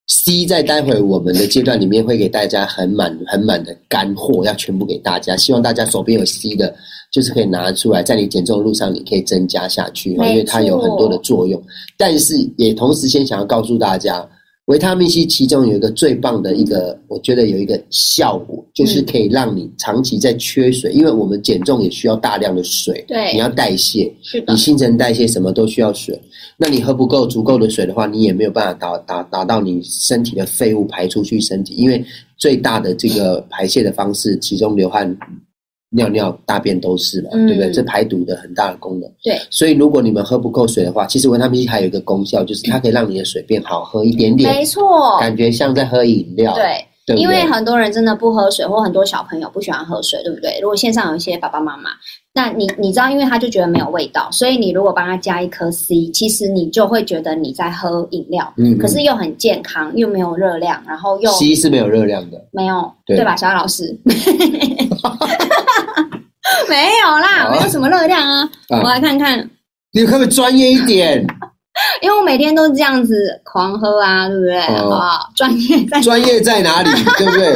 Speaker 1: ，C 在待会我们的阶段里面会给大家很满、很满的干货，要全部给大家。希望大家手边有 C 的，就是可以拿出来，在你减重的路上你可以增加下去，哦
Speaker 2: 没
Speaker 1: 因为它有很多的作用。但是也同时先想要告诉大家。维他命 C 其中有一个最棒的一个，我觉得有一个效果，
Speaker 2: 嗯
Speaker 1: 就是可以让你长期在缺水，因为我们减重也需要大量的水，
Speaker 2: 对
Speaker 1: 你要代谢，
Speaker 2: 是的
Speaker 1: 你，新陈代谢什么都需要水。那你喝不够足够的水的话，你也没有办法达达达到你身体的废物排出去身体，因为最大的这个排泄的方式，其中流汗、尿尿、大便都是了，
Speaker 2: 嗯
Speaker 1: 对不对？这排毒的很大的功能。
Speaker 2: 对，
Speaker 1: 所以如果你们喝不够水的话，其实维他命 C 还有一个功效，就是它可以让你的水变好喝一点点，
Speaker 2: 没错，
Speaker 1: 感觉像在喝饮料。
Speaker 2: 哦对。
Speaker 1: 对不对，
Speaker 2: 因为很多人真的不喝水，或很多小朋友不喜欢喝水，对不对？如果线上有一些爸爸妈妈，那你你知道，因为他就觉得没有味道，所以你如果帮他加一颗 C，其实你就会觉得你在喝饮料，
Speaker 1: 嗯，嗯
Speaker 2: 可是又很健康，又没有热量，然后又
Speaker 1: C 是没有热量的。
Speaker 2: 没有
Speaker 1: 对
Speaker 2: 吧，小雅老师？ <laughs> 没有啦，
Speaker 1: 好啊
Speaker 2: 没有什么热量啊。
Speaker 1: 啊
Speaker 2: 我来看看，
Speaker 1: 你可不可以专业一
Speaker 2: <laughs>
Speaker 1: 点？
Speaker 2: 因为我每天都这样子狂喝啊，对不对？
Speaker 1: 哦
Speaker 2: 好不好？专业在
Speaker 1: 专业在哪里？
Speaker 2: <laughs>
Speaker 1: 对不对？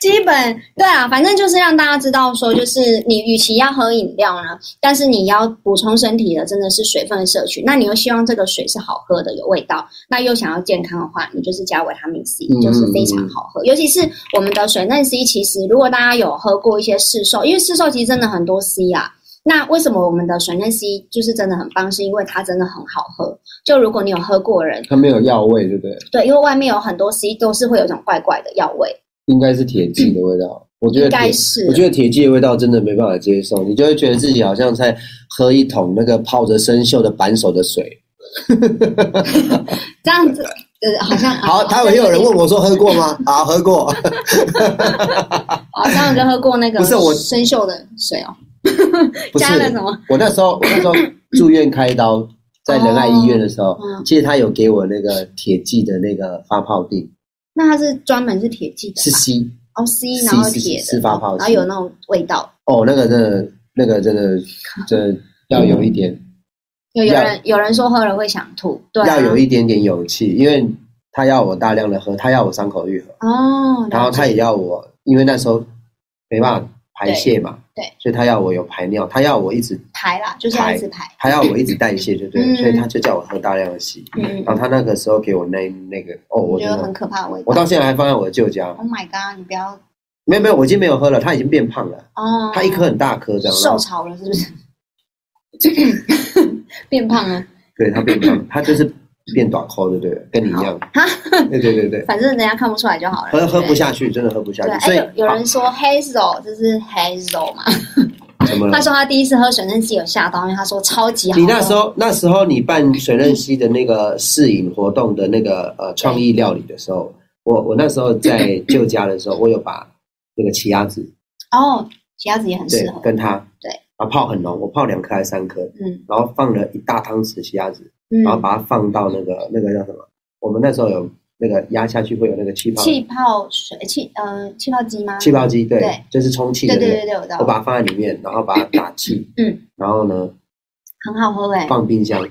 Speaker 2: 基本对啊，反正就是让大家知道说，就是你与其要喝饮料呢，但是你要补充身体的真的是水分的摄取。那你又希望这个水是好喝的、有味道，那又想要健康的话，你就是加维他命 C，
Speaker 1: 嗯
Speaker 2: 就是非常好喝。尤其是我们的水嫩 C，其实如果大家有喝过一些市售，因为市售其实真的很多 C 啊。那为什么我们的水嫩 C 就是真的很棒？是因为它真的很好喝。就如果你有喝过的人，
Speaker 1: 它没有药味，对不对？
Speaker 2: 对，因为外面有很多 C 都是会有一种怪怪的药味，
Speaker 1: 应该是铁剂的味道。我觉
Speaker 2: 应
Speaker 1: 得
Speaker 2: 该
Speaker 1: 铁，
Speaker 2: 是啊
Speaker 1: 我觉得铁剂的味道真的没办法接受，你就会觉得自己好像在喝一桶那个泡着生锈的扳手的水。
Speaker 2: 这样子，呃，好像
Speaker 1: 好，待会又有人问，我说喝过吗？啊，喝
Speaker 2: <laughs>
Speaker 1: 过。
Speaker 2: 好像我就喝过那个
Speaker 1: 不是我
Speaker 2: 生锈的水哦，
Speaker 1: 不是
Speaker 2: 加了什么？
Speaker 1: 我那时候，我那时候住院开刀，在仁爱医院的时候，
Speaker 2: 嗯
Speaker 1: 其实他有给我那个铁剂的那个发泡锭，
Speaker 2: 那它是专门是铁剂的
Speaker 1: 是
Speaker 2: 吧，
Speaker 1: C。
Speaker 2: 哦 C，
Speaker 1: 是
Speaker 2: 然后
Speaker 1: 是
Speaker 2: 铁
Speaker 1: 是
Speaker 2: 的，
Speaker 1: 发泡
Speaker 2: 然后
Speaker 1: 是
Speaker 2: 有那种味道。
Speaker 1: 哦，那个真的，那个真的，真的要有一点。
Speaker 2: 有有
Speaker 1: 要
Speaker 2: 人有人说喝了会想吐，对啊，
Speaker 1: 要有一点点勇气，因为他要我大量的喝，他要我伤口愈合，
Speaker 2: 哦，
Speaker 1: 然后他也要我，因为那时候没办法排泄嘛，
Speaker 2: 对对
Speaker 1: 所以他要我有排尿，他要我一直，
Speaker 2: 排啦，就是要一直排，
Speaker 1: 他要我一直代谢，对不对？
Speaker 2: 嗯
Speaker 1: 所以他就叫我喝大量的稀，
Speaker 2: 嗯，
Speaker 1: 然后他那个时候给我那那个，哦，
Speaker 2: 我
Speaker 1: 我
Speaker 2: 觉
Speaker 1: 真
Speaker 2: 得很
Speaker 1: 的，
Speaker 2: 可怕的味
Speaker 1: 我
Speaker 2: 道。
Speaker 1: 到现在还放在我的旧家，
Speaker 2: Oh my god！你不要
Speaker 1: 没有没有，我已经没有喝了，他已经变胖了，
Speaker 2: 哦，
Speaker 1: 他一颗很大颗这样，然
Speaker 2: 受
Speaker 1: 后
Speaker 2: 潮了是不是？ <laughs> 变胖了，
Speaker 1: 对他变胖，他就是变短裤，对不对？跟你一样，
Speaker 2: 啊
Speaker 1: 对对对对，
Speaker 2: 反正人家看不出来就好了。
Speaker 1: 喝喝
Speaker 2: 对
Speaker 1: 不。下去，真的喝不下
Speaker 2: 对，
Speaker 1: 去，
Speaker 2: 哎，
Speaker 1: 所以
Speaker 2: 有有人说 Hazel 这是 Hazel 嘛？
Speaker 1: 啊怎么了
Speaker 2: 他？说他第一次喝水那次有吓到，因为他说超级好喝。
Speaker 1: 你那时候那时候你办水润溪的那个试饮活动的那个呃创意料理的时候，我我那时候在旧家的时候，我有把那个奇亚籽
Speaker 2: 哦，奇亚籽也很
Speaker 1: 对
Speaker 2: 适合，
Speaker 1: 跟它
Speaker 2: 对，
Speaker 1: 然后泡很浓，我泡两颗还是三颗，
Speaker 2: 嗯
Speaker 1: 然后放了一大汤匙奇亚籽，
Speaker 2: 嗯
Speaker 1: 然，后把它放到那个那个叫什么？我们那时候有那个压下去会有那个气泡
Speaker 2: 气泡水气呃气泡机吗？
Speaker 1: 气泡机，对
Speaker 2: 对，
Speaker 1: 就是充气的
Speaker 2: 对
Speaker 1: 那
Speaker 2: 对对
Speaker 1: 个，
Speaker 2: 对，我知道
Speaker 1: 我，把它放在里面，然后把它打气，
Speaker 2: 嗯，
Speaker 1: 然后呢
Speaker 2: 很好喝哎，
Speaker 1: 放冰箱，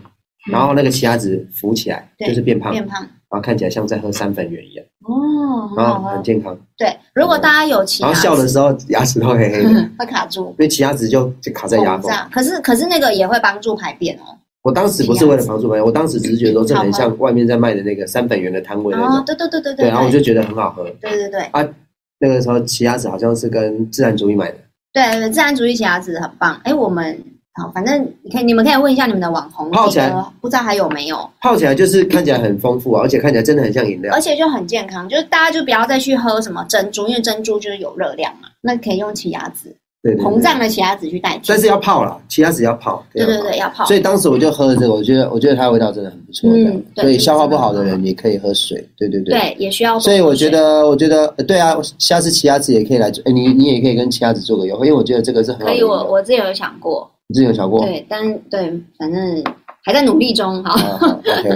Speaker 1: 然后那个奇亚籽浮起来，
Speaker 2: 对
Speaker 1: 就是变胖。
Speaker 2: 变胖
Speaker 1: 然后看起来像在喝三粉圆一样，
Speaker 2: 哦，很
Speaker 1: 然
Speaker 2: 好
Speaker 1: 后很
Speaker 2: 喝。
Speaker 1: 健康。
Speaker 2: 对，如果大家有奇
Speaker 1: 然
Speaker 2: 亚
Speaker 1: 后笑的
Speaker 2: 籽，
Speaker 1: 时候牙齿都黑黑的，因
Speaker 2: <laughs> 会卡住。
Speaker 1: 为奇牙齿就就卡在牙
Speaker 2: 嗯膨
Speaker 1: 缝。
Speaker 2: 胀，可是可是那个也会帮助排便哦。
Speaker 1: 我当时不是为了帮助朋友，我当时只是觉得说这很像外面在卖的那个三粉圆的摊位那
Speaker 2: 哦，
Speaker 1: 种，
Speaker 2: 对对对对
Speaker 1: 对，然后我
Speaker 2: 对
Speaker 1: 就觉得很好喝。
Speaker 2: 对对对
Speaker 1: 那个时候奇牙齿好像是跟自然主义买的，
Speaker 2: 对对，自然主义奇亚籽很棒。哎，我们好，反正你可以，你们可以问一下你们的网红
Speaker 1: 泡，
Speaker 2: 记
Speaker 1: 起来
Speaker 2: 得不知道还有没有，
Speaker 1: 泡起来就是看起来很丰富啊，而且看起来真的很像饮料
Speaker 2: 而。且就很健康，就是大家就不要再去喝什么珍珠，因为珍珠就是有热量嘛，那可以用奇亚籽，
Speaker 1: 对对对
Speaker 2: 膨胀的奇亚籽去代替。
Speaker 1: 但是要泡啦，其他只要泡。啊
Speaker 2: 对对
Speaker 1: 要泡
Speaker 2: 对，要泡。
Speaker 1: 所以当时我就喝了这个，我觉得我觉得它的味道真的很不错。
Speaker 2: 嗯
Speaker 1: 这样
Speaker 2: 对
Speaker 1: 所以
Speaker 2: 就是
Speaker 1: 消化不好的人也可以喝水。对对对。
Speaker 2: 对，也需要多喝
Speaker 1: 所
Speaker 2: 水。
Speaker 1: 以我觉得，我觉得呃对啊，下次奇亚籽也可以来做，哎，你你也可以跟奇亚籽做个优惠，因为我觉得这个是很好
Speaker 2: 可
Speaker 1: 的饮
Speaker 2: 以，
Speaker 1: 料。
Speaker 2: 我我自己有想过，
Speaker 1: 你之前有想过。
Speaker 2: 对，但对，反正还在努力中哈。
Speaker 1: 啊好，OK，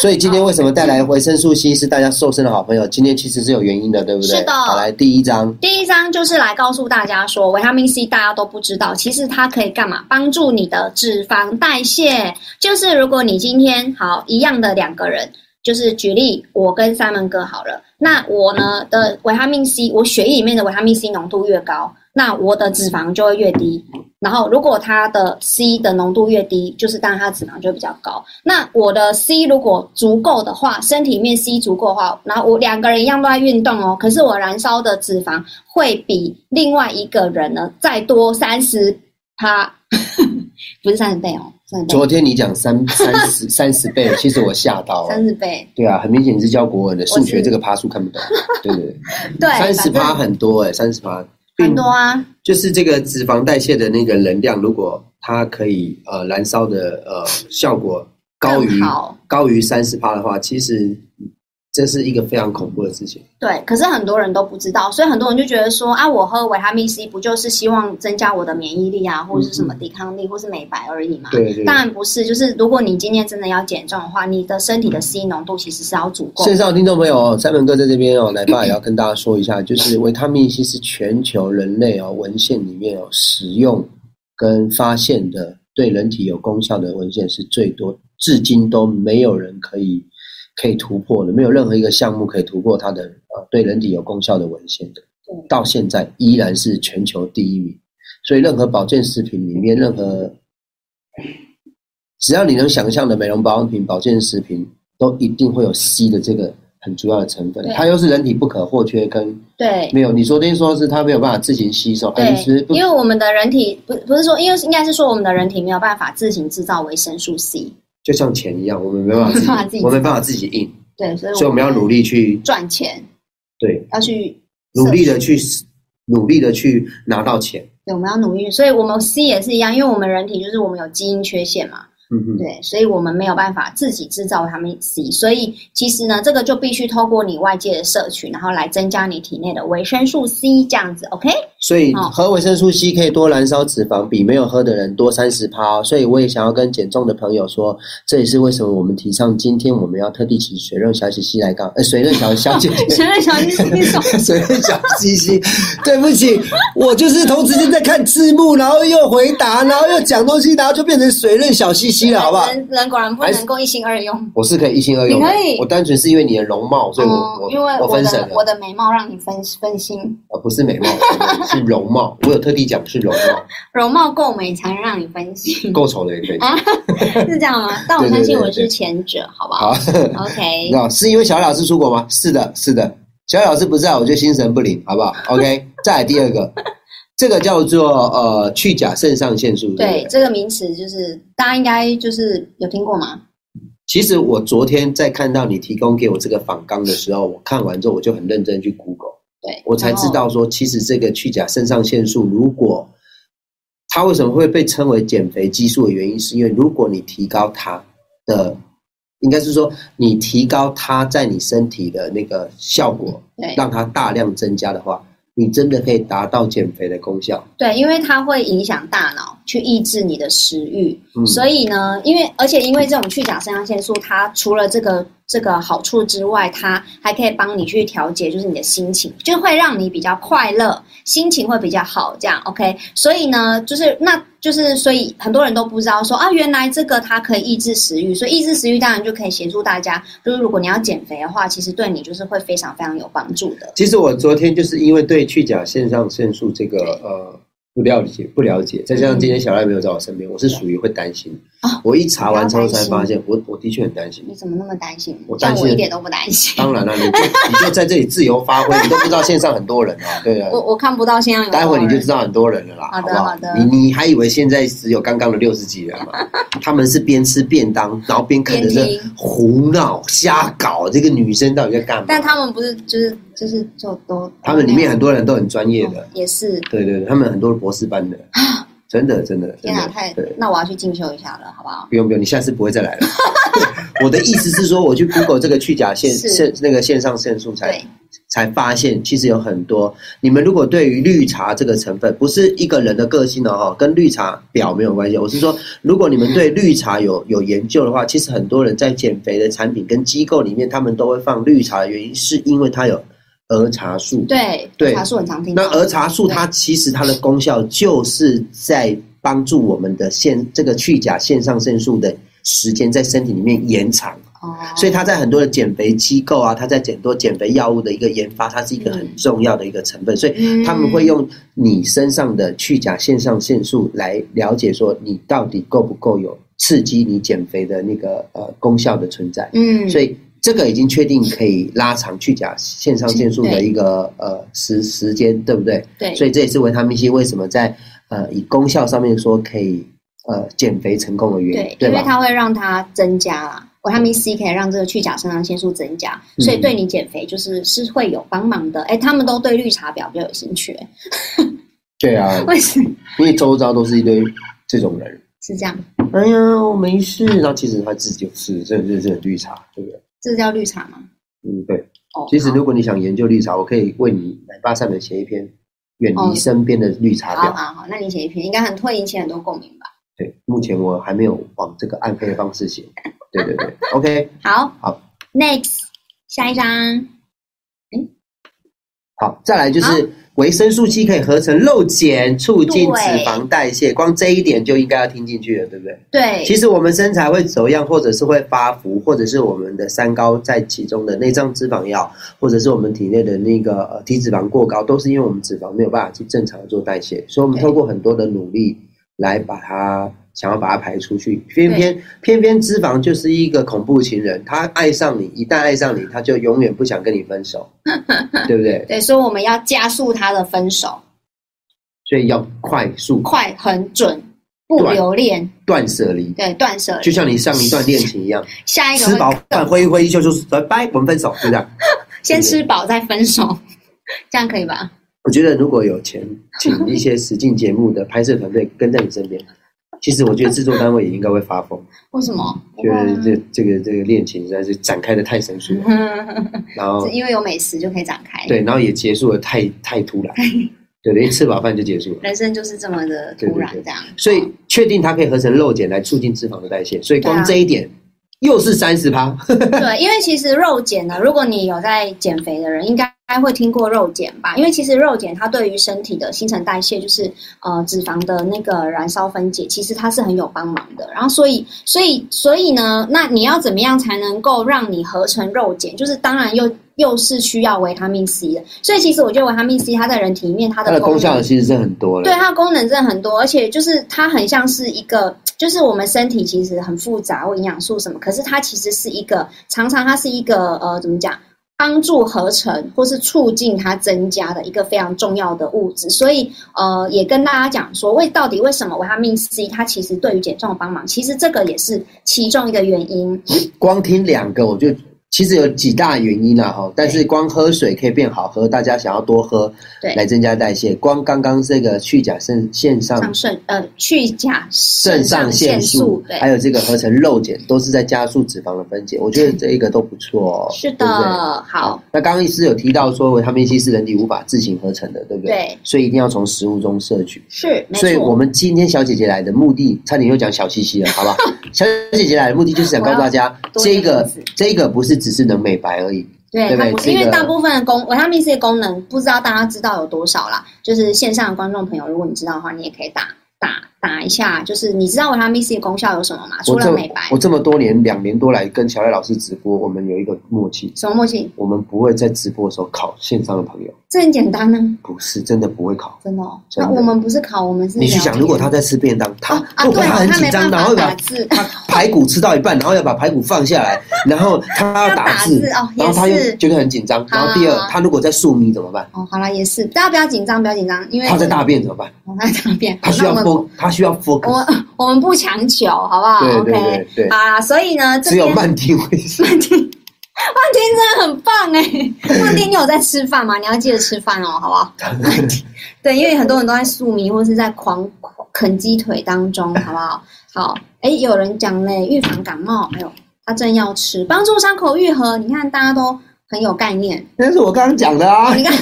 Speaker 1: 所以今天为什么带来维生素 C 是大家瘦身的好朋友？今天其实是有原因的，对不对？
Speaker 2: 是的
Speaker 1: 好，来第一章，
Speaker 2: 第一章就是来告诉大家说，维他命 C 大家都不知道，其实它可以干嘛？帮助你的脂肪代谢。就是如果你今天好一样的两个人，就是举例我跟三门哥好了，那我呢的维他命 C，我血液里面的维他命 C 浓度越高，那我的脂肪就会越低。然后如果它的 C 的浓度越低，就是当然它的脂肪就会比较高。那我的 C 如果足够的话，身体里面 C 足够的话，然后我两个人一样都在运动哦，可是我燃烧的脂肪会比另外一个人呢再多三十趴， <laughs> 不是三十倍哦，三十倍，
Speaker 1: 昨天你讲三三十三十倍，其实我吓到了。
Speaker 2: 三十倍，
Speaker 1: 对啊，很明显你是教国文的，
Speaker 2: 我是
Speaker 1: 数学这个趴数看不懂。对对对，
Speaker 2: <laughs> 对，
Speaker 1: 三十趴
Speaker 2: 反正
Speaker 1: 很多哎、三十趴
Speaker 2: 很多啊，
Speaker 1: 就是这个脂肪代谢的那个能量，如果它可以呃燃烧的呃效果高于
Speaker 2: 更好
Speaker 1: 高于三十趴的话，其实这是一个非常恐怖的事情。
Speaker 2: 对，可是很多人都不知道，所以很多人就觉得说啊，我喝维他命 C 不就是希望增加我的免疫力啊，或者是什么抵抗力，或是美白而已嘛？
Speaker 1: 嗯对对
Speaker 2: 当然不是，就是如果你今天真的要减重的话，你的身体的 C 浓度其实是要足够的。
Speaker 1: 线上的听众朋友哦，三门哥在这边哦，奶爸也要跟大家说一下，就是维他命 C 是全球人类哦文献里面哦使用跟发现的对人体有功效的文献是最多，至今都没有人可以可以突破的，没有任何一个项目可以突破它的呃对人体有功效的文献的
Speaker 2: 对，
Speaker 1: 到现在依然是全球第一名。所以任何保健食品里面，任何只要你能想象的美容保养品、保健食品，都一定会有 C 的这个很主要的成分
Speaker 2: 对。
Speaker 1: 它又是人体不可或缺，跟
Speaker 2: 对，
Speaker 1: 没有你昨天说是它没有办法自行吸收，哎你是不
Speaker 2: 对
Speaker 1: 是，不
Speaker 2: 因为我们的人体不不是说，因为应该是说我们的人体没有办法自行制造维生素 C，
Speaker 1: 就像钱一样，我们没办
Speaker 2: <laughs> 没办
Speaker 1: 法
Speaker 2: 法
Speaker 1: 自
Speaker 2: 自
Speaker 1: 己，
Speaker 2: 己
Speaker 1: 我们没办法自己印，
Speaker 2: 对，所以
Speaker 1: 所以我们要努力去
Speaker 2: 赚钱，
Speaker 1: 对，
Speaker 2: 要去
Speaker 1: 努力的去努力的去拿到钱。
Speaker 2: 对，我们要努力，所以我们 C 也是一样，因为我们人体就是我们有基因缺陷嘛，
Speaker 1: 嗯嗯，
Speaker 2: 对，所以我们没有办法自己制造维他命 C，所以其实呢，这个就必须透过你外界的摄取，然后来增加你体内的维生素 C 这样子，OK？
Speaker 1: 所以
Speaker 2: 好
Speaker 1: 喝维生素 C 可以多燃烧脂肪，比没有喝的人多三十趴。哦所以我也想要跟减重的朋友说，这也是为什么我们提倡今天我们要特地请水润小姐西来杠，呃，水润小小姐姐。
Speaker 2: 小 <laughs> 小心你手，
Speaker 1: <laughs> 水润小西西，对不起，我就是同时间在看字幕，然后又回答，然后又讲东西，然后就变成水润小西西了，好不好？
Speaker 2: 人人果然不
Speaker 1: 还是
Speaker 2: 能够一心二用。
Speaker 1: 我是可以一心二用的
Speaker 2: 你可以
Speaker 1: 我单纯是因为你的容貌，所以我、
Speaker 2: 哦
Speaker 1: 我
Speaker 2: 因为
Speaker 1: 我
Speaker 2: 我
Speaker 1: 分神
Speaker 2: 的我
Speaker 1: 了，
Speaker 2: 的美貌让你分分心，
Speaker 1: 呃，不是美貌，是容貌，我有特地讲是容
Speaker 2: <laughs>
Speaker 1: 貌，
Speaker 2: 容貌够美才能让你
Speaker 1: <laughs>
Speaker 2: 分心，
Speaker 1: 够丑的也可以。
Speaker 2: 啊，是这样吗？但我
Speaker 1: 对对
Speaker 2: 相信
Speaker 1: 对
Speaker 2: 我
Speaker 1: 对
Speaker 2: 是前者，好不
Speaker 1: 好
Speaker 2: 好。？OK，
Speaker 1: 那啊是因为小李老师出国吗？是的，是的。小李老师不在，我就心神不宁，好不好？OK，再来第二个，这个叫做呃去甲肾上腺素。不
Speaker 2: 对，这个名词就是大家应该就是有听过吗？
Speaker 1: 其实我昨天在看到你提供给我这个访纲的时候，我看完之后我就很认真去 Google，
Speaker 2: 对，
Speaker 1: 我才
Speaker 2: 然后
Speaker 1: 知道说，其实这个去甲肾上腺素如果它为什么会被称为减肥激素的原因，是因为如果你提高它的，应该是说你提高它在你身体的那个效果，
Speaker 2: 对
Speaker 1: 让它大量增加的话，你真的可以达到减肥的功效。
Speaker 2: 对，因为它会影响大脑去抑制你的食欲，
Speaker 1: 嗯
Speaker 2: 所以呢，因为而且因为这种去甲肾上腺素，它除了这个这个好处之外，它还可以帮你去调节，就是你的心情，就会让你比较快乐，心情会比较好，这样 OK。所以呢，就是那就是所以很多人都不知道说啊，原来这个它可以抑制食欲，所以抑制食欲当然就可以协助大家，就是如果你要减肥的话，其实对你就是会非常非常有帮助的。
Speaker 1: 其实我昨天就是因为对去甲肾上腺素这个呃不了解，不了解，再加上今天小赖没有在我身边，我是属于会担心
Speaker 2: 哦。
Speaker 1: 我一查完之后
Speaker 2: 不要担
Speaker 1: 才
Speaker 2: 心
Speaker 1: 发现，我我的确很担心。
Speaker 2: 你怎么那么担心？
Speaker 1: 我
Speaker 2: 像
Speaker 1: 担心
Speaker 2: 我一点都不担
Speaker 1: <laughs>
Speaker 2: 心，
Speaker 1: 当然了、你就你就在这里自由发挥，你都不知道线上很多人啊，对啊
Speaker 2: 我。我看不到现在有多
Speaker 1: 待
Speaker 2: 少人。
Speaker 1: 会你就知道很多人了啦，
Speaker 2: 嗯好的
Speaker 1: 不好？
Speaker 2: 好的
Speaker 1: 你你还以为现在只有刚刚的六十几人
Speaker 2: <laughs>
Speaker 1: 嘛？他们是边吃便当，然后边看着
Speaker 2: 边
Speaker 1: 这
Speaker 2: 听
Speaker 1: 胡闹瞎搞，这个女生到底在干嘛？
Speaker 2: 但他们不是就是就是就都
Speaker 1: 他们里面很多人都很专业的
Speaker 2: 嗯，也是
Speaker 1: 对对对，他们很多是博士班的，真的真的真
Speaker 2: 哦天哪，
Speaker 1: 的
Speaker 2: 太，
Speaker 1: 对，
Speaker 2: 那我要去进修一下了，好不好？
Speaker 1: 不用不用，你下次不会再来
Speaker 2: <laughs>
Speaker 1: 了。我的意思是说，我去 Google 这个去假线
Speaker 2: 是
Speaker 1: 线那个线上限速才
Speaker 2: 对，
Speaker 1: 才发现，其实有很多。你们如果对于绿茶这个成分，不是一个人的个性哦，哈，跟绿茶婊没有关系。我是说，如果你们对绿茶有有研究的话，其实很多人在减肥的产品跟机构里面，他们都会放绿茶的原因，是因为它有儿茶素。
Speaker 2: 对
Speaker 1: 对
Speaker 2: 茶树很常听到。
Speaker 1: 那儿茶素它其实它的功效就是在帮助我们的腺这个去甲腺上腺素的时间在身体里面延长，
Speaker 2: 哦，
Speaker 1: 所以它在很多的减肥机构啊，它在很多减肥药物的一个研发，它是一个很重要的一个成分，所以
Speaker 2: 以
Speaker 1: 他们会用你身上的去甲腺上腺素来了解说你到底够不够有刺激你减肥的那个呃功效的存在。
Speaker 2: 嗯，
Speaker 1: 所
Speaker 2: 以
Speaker 1: 以这个已经确定可以拉长去甲线上腺素的一个呃时时间，对不对？
Speaker 2: 对，
Speaker 1: 所以这也是维他命 C 为什么在呃以功效上面说可以呃减肥成功的原因
Speaker 2: 对，，因
Speaker 1: 对
Speaker 2: 为
Speaker 1: 吧？
Speaker 2: 它会让它增加啦，维他命 C 可以让这个去甲肾上腺素增加，
Speaker 1: 嗯
Speaker 2: 所以对你减肥就是是会有帮忙的。哎，他们都对绿茶婊比较有兴趣， <laughs> 诶
Speaker 1: 对啊，
Speaker 2: 为什么
Speaker 1: 因为周遭都是一堆这种人。
Speaker 2: 是这样？
Speaker 1: 哎呀，我没事。然后其实他自己就是，这这这绿茶，对不对？
Speaker 2: 这叫绿茶吗？
Speaker 1: 嗯，对。
Speaker 2: 哦，
Speaker 1: 其实
Speaker 2: 好
Speaker 1: 如果你想研究绿茶，我可以为你奶爸上面写一篇远
Speaker 2: 哦
Speaker 1: 离身边的绿茶
Speaker 2: 好
Speaker 1: 婊。
Speaker 2: 好好，那你写一篇，应该很会引起很多共鸣吧？
Speaker 1: 对，目前我还没有往这个暗黑的方式写。对对对，OK。
Speaker 2: 好，
Speaker 1: 好
Speaker 2: ，next 下一张，
Speaker 1: 好，再来就是维生素 C 可以合成肉碱，促进脂肪代谢，光这一点就应该要听进去了，对不对？
Speaker 2: 对，
Speaker 1: 其实我们身材会走样，或者是会发福，或者是我们的三高在其中的内脏脂肪药，或者是我们体内的那个呃体脂肪过高，都是因为我们脂肪没有办法去正常的做代谢，所以我们
Speaker 2: 对
Speaker 1: 透过很多的努力来把它想要把它排出去，偏偏偏偏脂肪就是一个恐怖情人，他爱上你，一旦爱上你，他就永远不想跟你分
Speaker 2: <laughs>
Speaker 1: 手，对不对？
Speaker 2: 对，所以我们要加速他的分手，
Speaker 1: 所以要快速
Speaker 2: 快、很准，不
Speaker 1: 对
Speaker 2: 留恋，
Speaker 1: 断舍离，
Speaker 2: 对，断舍
Speaker 1: 就
Speaker 2: 离。
Speaker 1: 像你上一段恋情一样，
Speaker 2: 下一个
Speaker 1: 吃饱
Speaker 2: 会
Speaker 1: 饭
Speaker 2: 更
Speaker 1: 挥一挥衣袖就是拜拜，我们分手，就这样。
Speaker 2: 先吃饱再分手， <laughs> 这样可以吧？
Speaker 1: 我觉得如果有钱，请一些实境节目的拍摄团队跟在你身
Speaker 2: <laughs>
Speaker 1: 边，其实我觉得制作单位也应该会发疯，
Speaker 2: 为什么？
Speaker 1: 觉
Speaker 2: 嗯
Speaker 1: 得这这个这个恋情实在是展开的太神速了， <laughs> 然后
Speaker 2: 是因为有美食就可以展开。，
Speaker 1: 对，然后也结束的太太突
Speaker 2: <laughs>
Speaker 1: 然，对对，一吃饱饭就结束了。
Speaker 2: 人生就是这么的突然
Speaker 1: 对对对
Speaker 2: 这样。
Speaker 1: 所以确定它可以合成肉碱来促进脂肪的代谢，所以
Speaker 2: 对
Speaker 1: 光
Speaker 2: 啊
Speaker 1: 这一点又是三十趴，
Speaker 2: <laughs> 对，因为其实肉碱呢，如果你有在减肥的人，应该会听过肉碱吧？因为其实肉碱它对于身体的新陈代谢，就是呃脂肪的那个燃烧分解，其实它是很有帮忙的。然后所以所以所以呢，那你要怎么样才能够让你合成肉碱？就是当然又又是需要维他命 C 的。所以其实我觉得维他命 C 它在人体里面它
Speaker 1: 它的
Speaker 2: 的
Speaker 1: 功
Speaker 2: 能
Speaker 1: 效其实是很多
Speaker 2: 对，
Speaker 1: 的。
Speaker 2: 它的功能真的很多，而且就是它很像是一个，就是我们身体其实很复杂，或营养素什么，可是它其实是一个，常常它是一个呃，怎么讲？帮助合成或是促进它增加的一个非常重要的物质，所以呃，也跟大家讲说，为到底为什么维他命 C 它其实对于减重有帮忙，其实这个也是其中一个原因。
Speaker 1: 光听两个我就。其实有几大原因啦、哈，但是光喝水可以变好喝，大家想要多喝，
Speaker 2: 对，
Speaker 1: 来增加代谢。光刚刚这个去甲肾线上
Speaker 2: 上肾呃去甲
Speaker 1: 肾
Speaker 2: 肾
Speaker 1: 上腺
Speaker 2: 腺
Speaker 1: 素，
Speaker 2: 对
Speaker 1: 还，有这个合成肉碱，都是在加速脂肪的分解。我觉得这一个都不错、哦。
Speaker 2: 是
Speaker 1: 对不对
Speaker 2: 的，好，
Speaker 1: 那刚刚医师有提到说，维他命 C 是人体无法自行合成的，对不对？
Speaker 2: 对，
Speaker 1: 所以一定要从食物中摄取。
Speaker 2: 是没
Speaker 1: 所以我
Speaker 2: 错，
Speaker 1: 们今天小姐姐来的目的，差点又讲小西西了，好
Speaker 2: <laughs>
Speaker 1: 吧？小姐姐来的目的就是想告诉大家，
Speaker 2: 我要多
Speaker 1: 这
Speaker 2: 一个
Speaker 1: 个
Speaker 2: 名字
Speaker 1: 这个不是只是能美白而已，
Speaker 2: 对，
Speaker 1: 对不
Speaker 2: 它
Speaker 1: 对
Speaker 2: 不是因
Speaker 1: 这
Speaker 2: 为
Speaker 1: 个
Speaker 2: 大部分的功维他命 C 的功能，不知道大家知道有多少啦。就是线上的观众朋友，如果你知道的话，你也可以打打打一下，就是你知道维他命 C 的功效有什么吗？除
Speaker 1: 我
Speaker 2: 了
Speaker 1: 这
Speaker 2: 美白，
Speaker 1: 我这么多年两年多来跟小赖老师直播，我们有一个默契，
Speaker 2: 什么墨镜？
Speaker 1: 我们不会在直播的时候考线上的朋友，
Speaker 2: 这很简单呢，
Speaker 1: 不是真的不会考。
Speaker 2: 真的、哦。
Speaker 1: 真
Speaker 2: 那
Speaker 1: 的
Speaker 2: 我们不是考，我们是
Speaker 1: 你去
Speaker 2: 聊
Speaker 1: 想，
Speaker 2: 天
Speaker 1: 如果他在吃便当，他
Speaker 2: 哦啊，
Speaker 1: 如果
Speaker 2: 对
Speaker 1: 他
Speaker 2: 哦，
Speaker 1: 很
Speaker 2: 他
Speaker 1: 紧
Speaker 2: 没
Speaker 1: 张，
Speaker 2: 办
Speaker 1: 然后
Speaker 2: 法
Speaker 1: 要把
Speaker 2: 打字，
Speaker 1: 他排骨吃到一半，然后要把排骨放下
Speaker 2: <laughs>
Speaker 1: 来，然后他要打字
Speaker 2: 要打字哦，
Speaker 1: 然后他又
Speaker 2: 也是啊
Speaker 1: 觉得很紧张。
Speaker 2: 好
Speaker 1: 然后第
Speaker 2: 好
Speaker 1: 二，
Speaker 2: 好
Speaker 1: 他如果在宿迷怎么办？
Speaker 2: 哦，好了，也是，大家不要紧张，不要紧张，因为
Speaker 1: 他在大便怎么办？
Speaker 2: 我在大便，
Speaker 1: 他需要
Speaker 2: 那我们
Speaker 1: focus，他需要 focus。
Speaker 2: 我我们不强求，好不好
Speaker 1: 对对
Speaker 2: o
Speaker 1: 对
Speaker 2: k
Speaker 1: 对
Speaker 2: 好啦，所以呢，这
Speaker 1: 只有
Speaker 2: 边
Speaker 1: 慢听会
Speaker 2: <laughs> 曼丁，曼丁啊真的很棒
Speaker 1: <laughs>
Speaker 2: 哎！曼丁，你有在吃饭吗？你要记得吃饭哦，好不好？对，因为很多人都在宿迷或是在狂狂啃鸡腿当
Speaker 1: <laughs>
Speaker 2: 中，好不好？好，哎，有人讲嘞，预防感冒，哎呦，他正要吃，帮助伤口愈合。你看，大家都很有概念。
Speaker 1: 那是我刚刚讲的啊 <laughs>
Speaker 2: 你。看，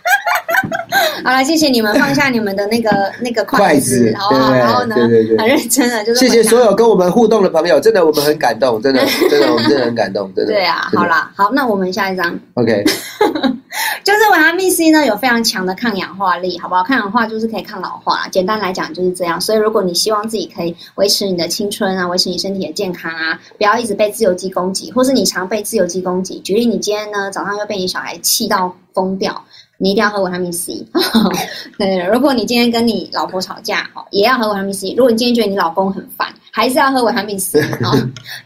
Speaker 2: <laughs> 好了，谢谢你们放下你们的
Speaker 1: <laughs>
Speaker 2: 那个那个筷
Speaker 1: 筷子
Speaker 2: 子，好不好？
Speaker 1: 对
Speaker 2: 然后呢，
Speaker 1: 对对对
Speaker 2: 很认真的，就是
Speaker 1: 谢谢
Speaker 2: 回答
Speaker 1: 所有跟我们互动的朋友，真的我们很感动，
Speaker 2: <laughs>
Speaker 1: 真的真的我们真的很感动，真的。
Speaker 2: 对啊，
Speaker 1: 真的
Speaker 2: 好。啦，好，那我们下一张。 <laughs>
Speaker 1: OK，
Speaker 2: 就是维他命 C 呢有非常强的抗氧化力，好不好？抗氧化就是可以抗老化啦，简单来讲就是这样。所以如果你希望自己可以维持你的青春啊，维持你身体的健康啊，不要一直被自由基攻击，或是你常被自由基攻击。举例，你今天呢早上又被你小孩气到疯掉。你一定要喝维他命 C，对。如果你今天跟你老婆吵架，哦，也要喝维他命 C。如果你今天觉得你老公很烦，还是要喝维他命 C，哦，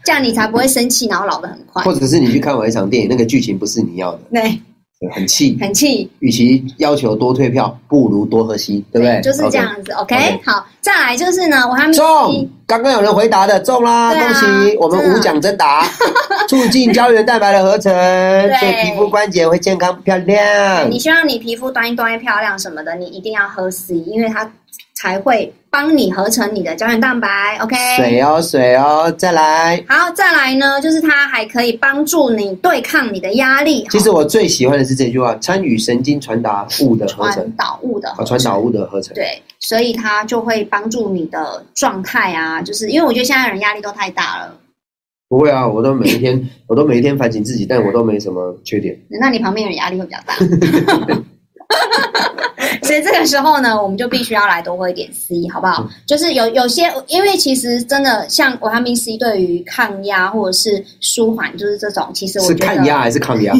Speaker 2: 这样你才不会生气，然后老得很快
Speaker 1: 或。者是你去看完一场电影，那个剧情不是你要的，
Speaker 2: 对，
Speaker 1: 很气。
Speaker 2: 很气，
Speaker 1: 与其要求多退票，不如多喝稀，对不对？
Speaker 2: 就是
Speaker 1: OK。
Speaker 2: 这样嗯子。OK，,
Speaker 1: OK
Speaker 2: 好，再来就是呢，我还没
Speaker 1: 中，刚刚有人回答的中啦，
Speaker 2: 对啊啊
Speaker 1: 恭喜我们无奖征
Speaker 2: <laughs>
Speaker 1: 答，促进胶原蛋白的合成，对皮肤关节会健康漂亮
Speaker 2: 你。希望你皮肤端一端一漂亮什么的，你一定要喝 C，因为它才会帮你合成你的胶原蛋白。OK，
Speaker 1: 水哦水哦，再来。
Speaker 2: 好，再来呢，就是它还可以帮助你对抗你的压力。
Speaker 1: 其实
Speaker 2: 好
Speaker 1: 我最喜欢的是这句话：参与神经传达物的合成
Speaker 2: 传，导物的
Speaker 1: 啊，传导物的合成。
Speaker 2: 对，所以它就会帮助你的状态啊，就是因为我觉得现在人压力都太大了。
Speaker 1: 不会啊，我都每一天，我都每一天反省自己，但我都没什么缺点。
Speaker 2: 那你旁边的人压力会比较大。 <laughs> 所以这个时候呢，我们就必须要来多喝一点 C，好不好？
Speaker 1: 嗯
Speaker 2: 就是有有些，因为其实真的像维他命 C 对于抗压或者是舒缓，就是这种，其实我
Speaker 1: 是
Speaker 2: 觉得
Speaker 1: 抗压还是
Speaker 2: <laughs>
Speaker 1: 抗压？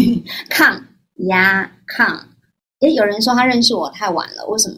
Speaker 2: 抗压抗。诶，有人说他认识我太晚了，为什么？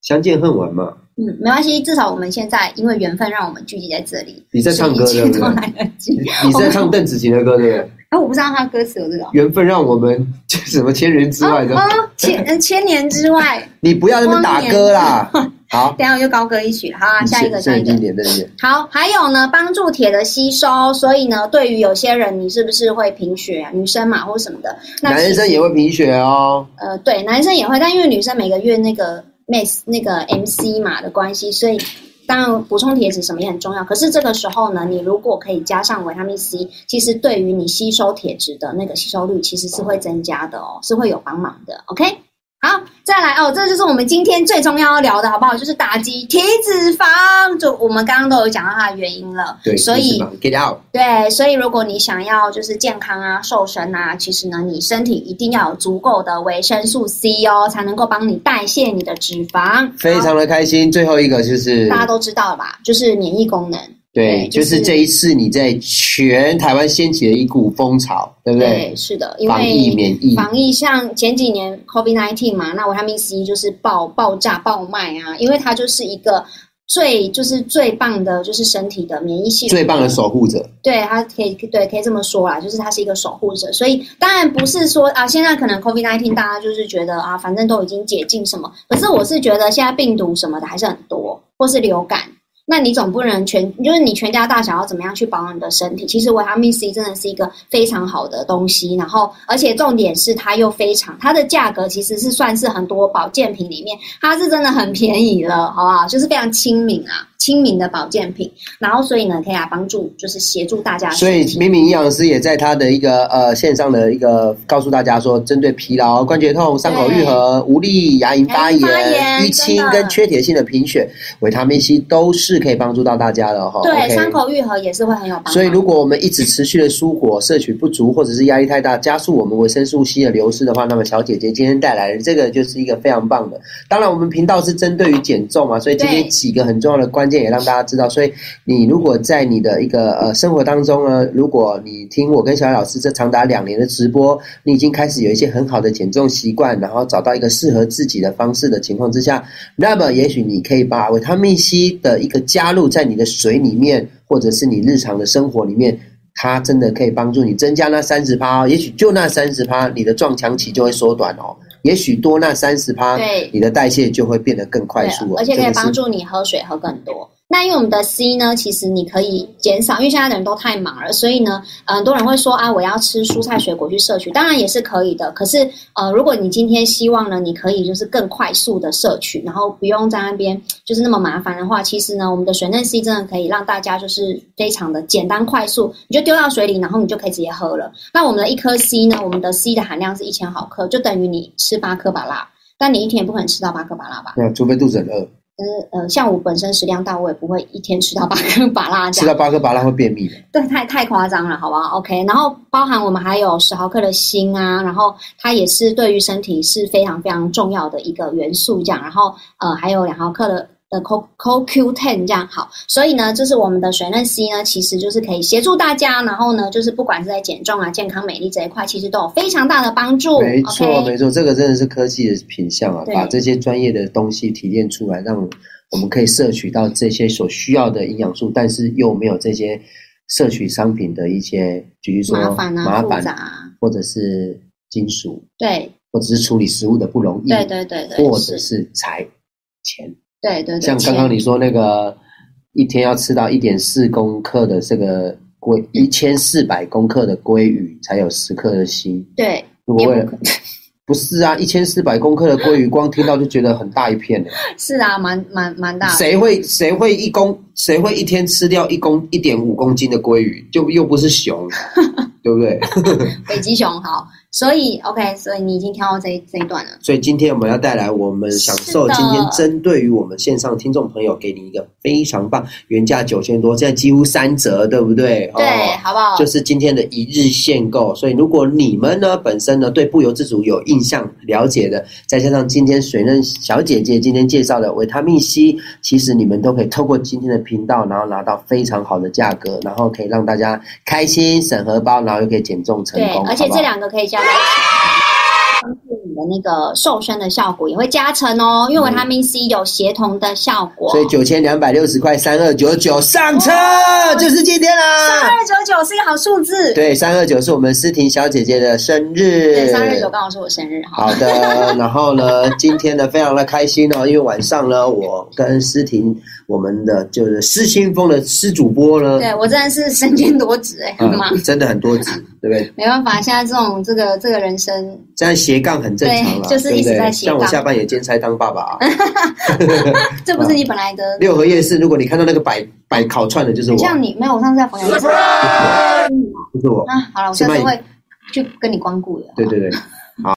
Speaker 1: 相见恨晚嘛。
Speaker 2: 嗯，没关系，至少我们现在因为缘分让我们聚集在这里。
Speaker 1: 你在唱歌
Speaker 2: 所
Speaker 1: 对
Speaker 2: 以
Speaker 1: 不
Speaker 2: 一切
Speaker 1: 对
Speaker 2: 都来得及。
Speaker 1: 你你是在唱邓紫棋的歌对
Speaker 2: <laughs>
Speaker 1: 不对？
Speaker 2: 哎、我不知道他歌词有这个。
Speaker 1: 缘分让我们什么千人之外的，
Speaker 2: <laughs> 哦哦，千呃千年之外，
Speaker 1: 你不要那么打歌啦。好，
Speaker 2: 等一下我就高歌一曲了。好啊，
Speaker 1: 你
Speaker 2: 下一个，
Speaker 1: 是
Speaker 2: 下一
Speaker 1: 很
Speaker 2: 个
Speaker 1: 经。典的点。
Speaker 2: 好，还有呢，帮助铁的吸收。所以呢，对于有些人，你是不是会贫血啊？女生嘛，或什么的。那其
Speaker 1: 男生也会贫血哦，
Speaker 2: 呃，对，男生也会，但因为女生每个月那个 mes 那个 MC 嘛的关系，所以当然补充铁质什么也很重要。可是这个时候呢，你如果可以加上维他命 C，其实对于你吸收铁质的那个吸收率其实是会增加的哦，是会有帮忙的。OK。好，再来哦，这就是我们今天最重要要聊的好不好？就是打击体脂肪，就我们刚刚都有讲到它的原因了。
Speaker 1: 对，
Speaker 2: 所以
Speaker 1: 是吧 get out，
Speaker 2: 对，所以如果你想要就是健康啊、瘦身啊，其实呢，你身体一定要有足够的维生素 C 哦，才能够帮你代谢你的脂肪。
Speaker 1: 非
Speaker 2: 好
Speaker 1: 常的开心。最后一个就是
Speaker 2: 大家都知道了吧？就是免疫功能。
Speaker 1: 对，
Speaker 2: 就
Speaker 1: 就是这一次你在全台湾掀起了一股风潮，对不对？
Speaker 2: 对，是的，因为
Speaker 1: 防疫免疫，
Speaker 2: 防疫像前几年 COVID 1 9嘛，那维他命 C 就是爆爆炸爆卖啊，因为它就是一个最就是最棒的，就是身体的免疫系统
Speaker 1: 最棒的守护者。
Speaker 2: 对，他可以对可以这么说啦，就是他是一个守护者，所以当然不是说啊，现在可能 COVID 1 9大家就是觉得啊，反正都已经解禁什么，可是我是觉得现在病毒什么的还是很多，或是流感，那你总不能全就是你全家大小要怎么样去保养你的身体？其实维他命 C 真的是一个非常好的东西，然后而且重点是它又非常它的价格其实是算是很多保健品里面它是真的很便宜了，好不好？就是非常亲民啊，亲民的保健品，然后所以呢，可以来帮助就是协助大家。
Speaker 1: 所以啊明明营养师也在他的一个呃线上的一个告诉大家说，针对疲劳、关节痛、伤口愈合、无力、牙龈发
Speaker 2: 牙龈发炎
Speaker 1: 炎、淤青
Speaker 2: 真的
Speaker 1: 跟缺铁性的贫血，维他命 C 都是可以帮助到大家的哈。
Speaker 2: 对
Speaker 1: OK
Speaker 2: 伤口愈合也是会很有帮助。
Speaker 1: 所以，如果我们一直持续的蔬果摄取不足，或者是压力太大，加速我们维生素 C 的流失的话，那么小姐姐今天带来的这个就是一个非常棒的。当然，我们频道是针对于减重嘛，所以今天
Speaker 2: 对
Speaker 1: 几个很重要的关键也让大家知道。所以，你如果在你的一个呃生活当中呢，如果你听我跟小野老师这长达两年的直播，你已经开始有一些很好的减重习惯，然后找到一个适合自己的方式的情况之下，那么也许你可以把维他命 C 的一个加入在你的水里面，或者是你日常的生活里面，它真的可以帮助你增加那三十趴，哦也许就那三十趴，你的撞墙期就会缩短哦。也许多那三十趴
Speaker 2: 对，
Speaker 1: 你的代谢就会变得更快
Speaker 2: 对，啊
Speaker 1: 速哦，
Speaker 2: 而且可
Speaker 1: 这
Speaker 2: 以
Speaker 1: 个是
Speaker 2: 帮助你喝水喝更多。那因为我们的 C 呢，其实你可以减少，因为现在的人都太忙了，所以呢，呃很多人会说啊，我要吃蔬菜水果去摄取，当然也是可以的。可是呃，如果你今天希望呢，你可以就是更快速的摄取，然后不用在那边就是那么麻烦的话，其实呢，我们的水嫩 C 真的可以让大家就是非常的简单快速，你就丢到水里，然后你就可以直接喝了。那我们的一颗 C 呢，我们的 C 的含量是一千毫克，就等于你吃八颗巴拉，但你一天也不可能吃到八颗巴拉吧？
Speaker 1: 那除非肚子很饿，
Speaker 2: 可是呃，像我本身食量大，我也不会一天吃到 <laughs> 八个巴拉
Speaker 1: 吃
Speaker 2: 这
Speaker 1: 到
Speaker 2: 样，
Speaker 1: 八颗巴拉会便秘的。
Speaker 2: 对，太太夸张了，好不好？OK，然后包含我们还有十毫克的锌啊，然后它也是对于身体是非常非常重要的一个元素，这样，然后呃还有两毫克的。的 Co CoQ Ten 这样好，所以呢，就是我们的水嫩 C 呢，其实就是可以协助大家，然后呢，就是不管是在减重啊、健康美丽这一块，其实都有非常大的帮助。
Speaker 1: 没错
Speaker 2: o k
Speaker 1: 没错，这个真的是科技的品相啊，
Speaker 2: 对
Speaker 1: 把这些专业的东西提炼出来，让我们可以摄取到这些所需要的营养素，但是又没有这些摄取商品的一些，比如说
Speaker 2: 麻烦啊，
Speaker 1: 麻
Speaker 2: 复
Speaker 1: 烦
Speaker 2: 杂、啊，
Speaker 1: 或者是金属，
Speaker 2: 对
Speaker 1: 或者是处理食物的不容易，
Speaker 2: 对对对对，
Speaker 1: 或
Speaker 2: 是
Speaker 1: 者是财钱，
Speaker 2: 对对对，
Speaker 1: 像刚
Speaker 2: 钱
Speaker 1: 刚你说那个一天要吃到一点四公克的这个
Speaker 2: 嗯
Speaker 1: 鲑，一千四百公克的鲑鱼才有十克的锌。
Speaker 2: 对，
Speaker 1: 如果为
Speaker 2: 也
Speaker 1: 了
Speaker 2: 不可
Speaker 1: <laughs> 不是啊，一千四百公克的鲑鱼，光听到就觉得很大一片了。欸
Speaker 2: 是啊，蛮蛮蛮 <laughs> 大的。
Speaker 1: 谁会谁会一公谁会一天吃掉一公一点五公斤的鲑鱼？就又不是
Speaker 2: <laughs>
Speaker 1: 熊，对不对？
Speaker 2: 北极熊好，所以 OK，所以你已经挑到这一这一段了。
Speaker 1: 所以今天我们要带来我们享受
Speaker 2: 是的
Speaker 1: 今天针对于我们线上听众朋友给你一个非常棒，原价九千多，现在几乎三折，对不对？
Speaker 2: 对，好不好？
Speaker 1: 哦就是今天的一日限购，所以如果你们呢本身呢对不由自主有印象了解的，再加上今天水嫩小姐姐今天介绍的维他命 C，其实你们都可以透过今天的频道，然后拿到非常好的价格，然后可以让大家开心省荷包，然后又可以减重成
Speaker 2: 对
Speaker 1: 功，，
Speaker 2: 而且
Speaker 1: 好不好
Speaker 2: 这两个可以加在一起，帮助你的那个瘦身的效果也会加成哦，因为维他命 C 有协同的效果。
Speaker 1: 嗯所以九千两百六十块三二九九上车，就是今天啦。
Speaker 2: 二九九是一个好数字，
Speaker 1: 对，三二九是我们思婷小姐姐的生日。
Speaker 2: 对，三二九刚好是我生日，好，
Speaker 1: 好
Speaker 2: <laughs>
Speaker 1: 的，然后呢，今天呢非常的开心哦，因为晚上呢，我跟思婷，我们的就是失心疯的失主播呢，啊
Speaker 2: 对我真的是身兼多职哎，很忙，
Speaker 1: 嗯嗯，真的很多集，对不对？
Speaker 2: 没办法，现在这种这个这个人生，
Speaker 1: 这样斜杠很正常啦，
Speaker 2: 对就是
Speaker 1: 对
Speaker 2: 一
Speaker 1: 不
Speaker 2: 直
Speaker 1: 对？
Speaker 2: 在斜
Speaker 1: 像
Speaker 2: 杠
Speaker 1: 我下班也兼差当爸爸啊。
Speaker 2: 这不是你本来的，
Speaker 1: 六合夜市，如果你看到那个摆摆烤串的，就是我
Speaker 2: 很，像你没有，我上次在朋友圈
Speaker 1: 就是我。
Speaker 2: 啊，好了，我下次会去跟你光顾的。
Speaker 1: 对对对，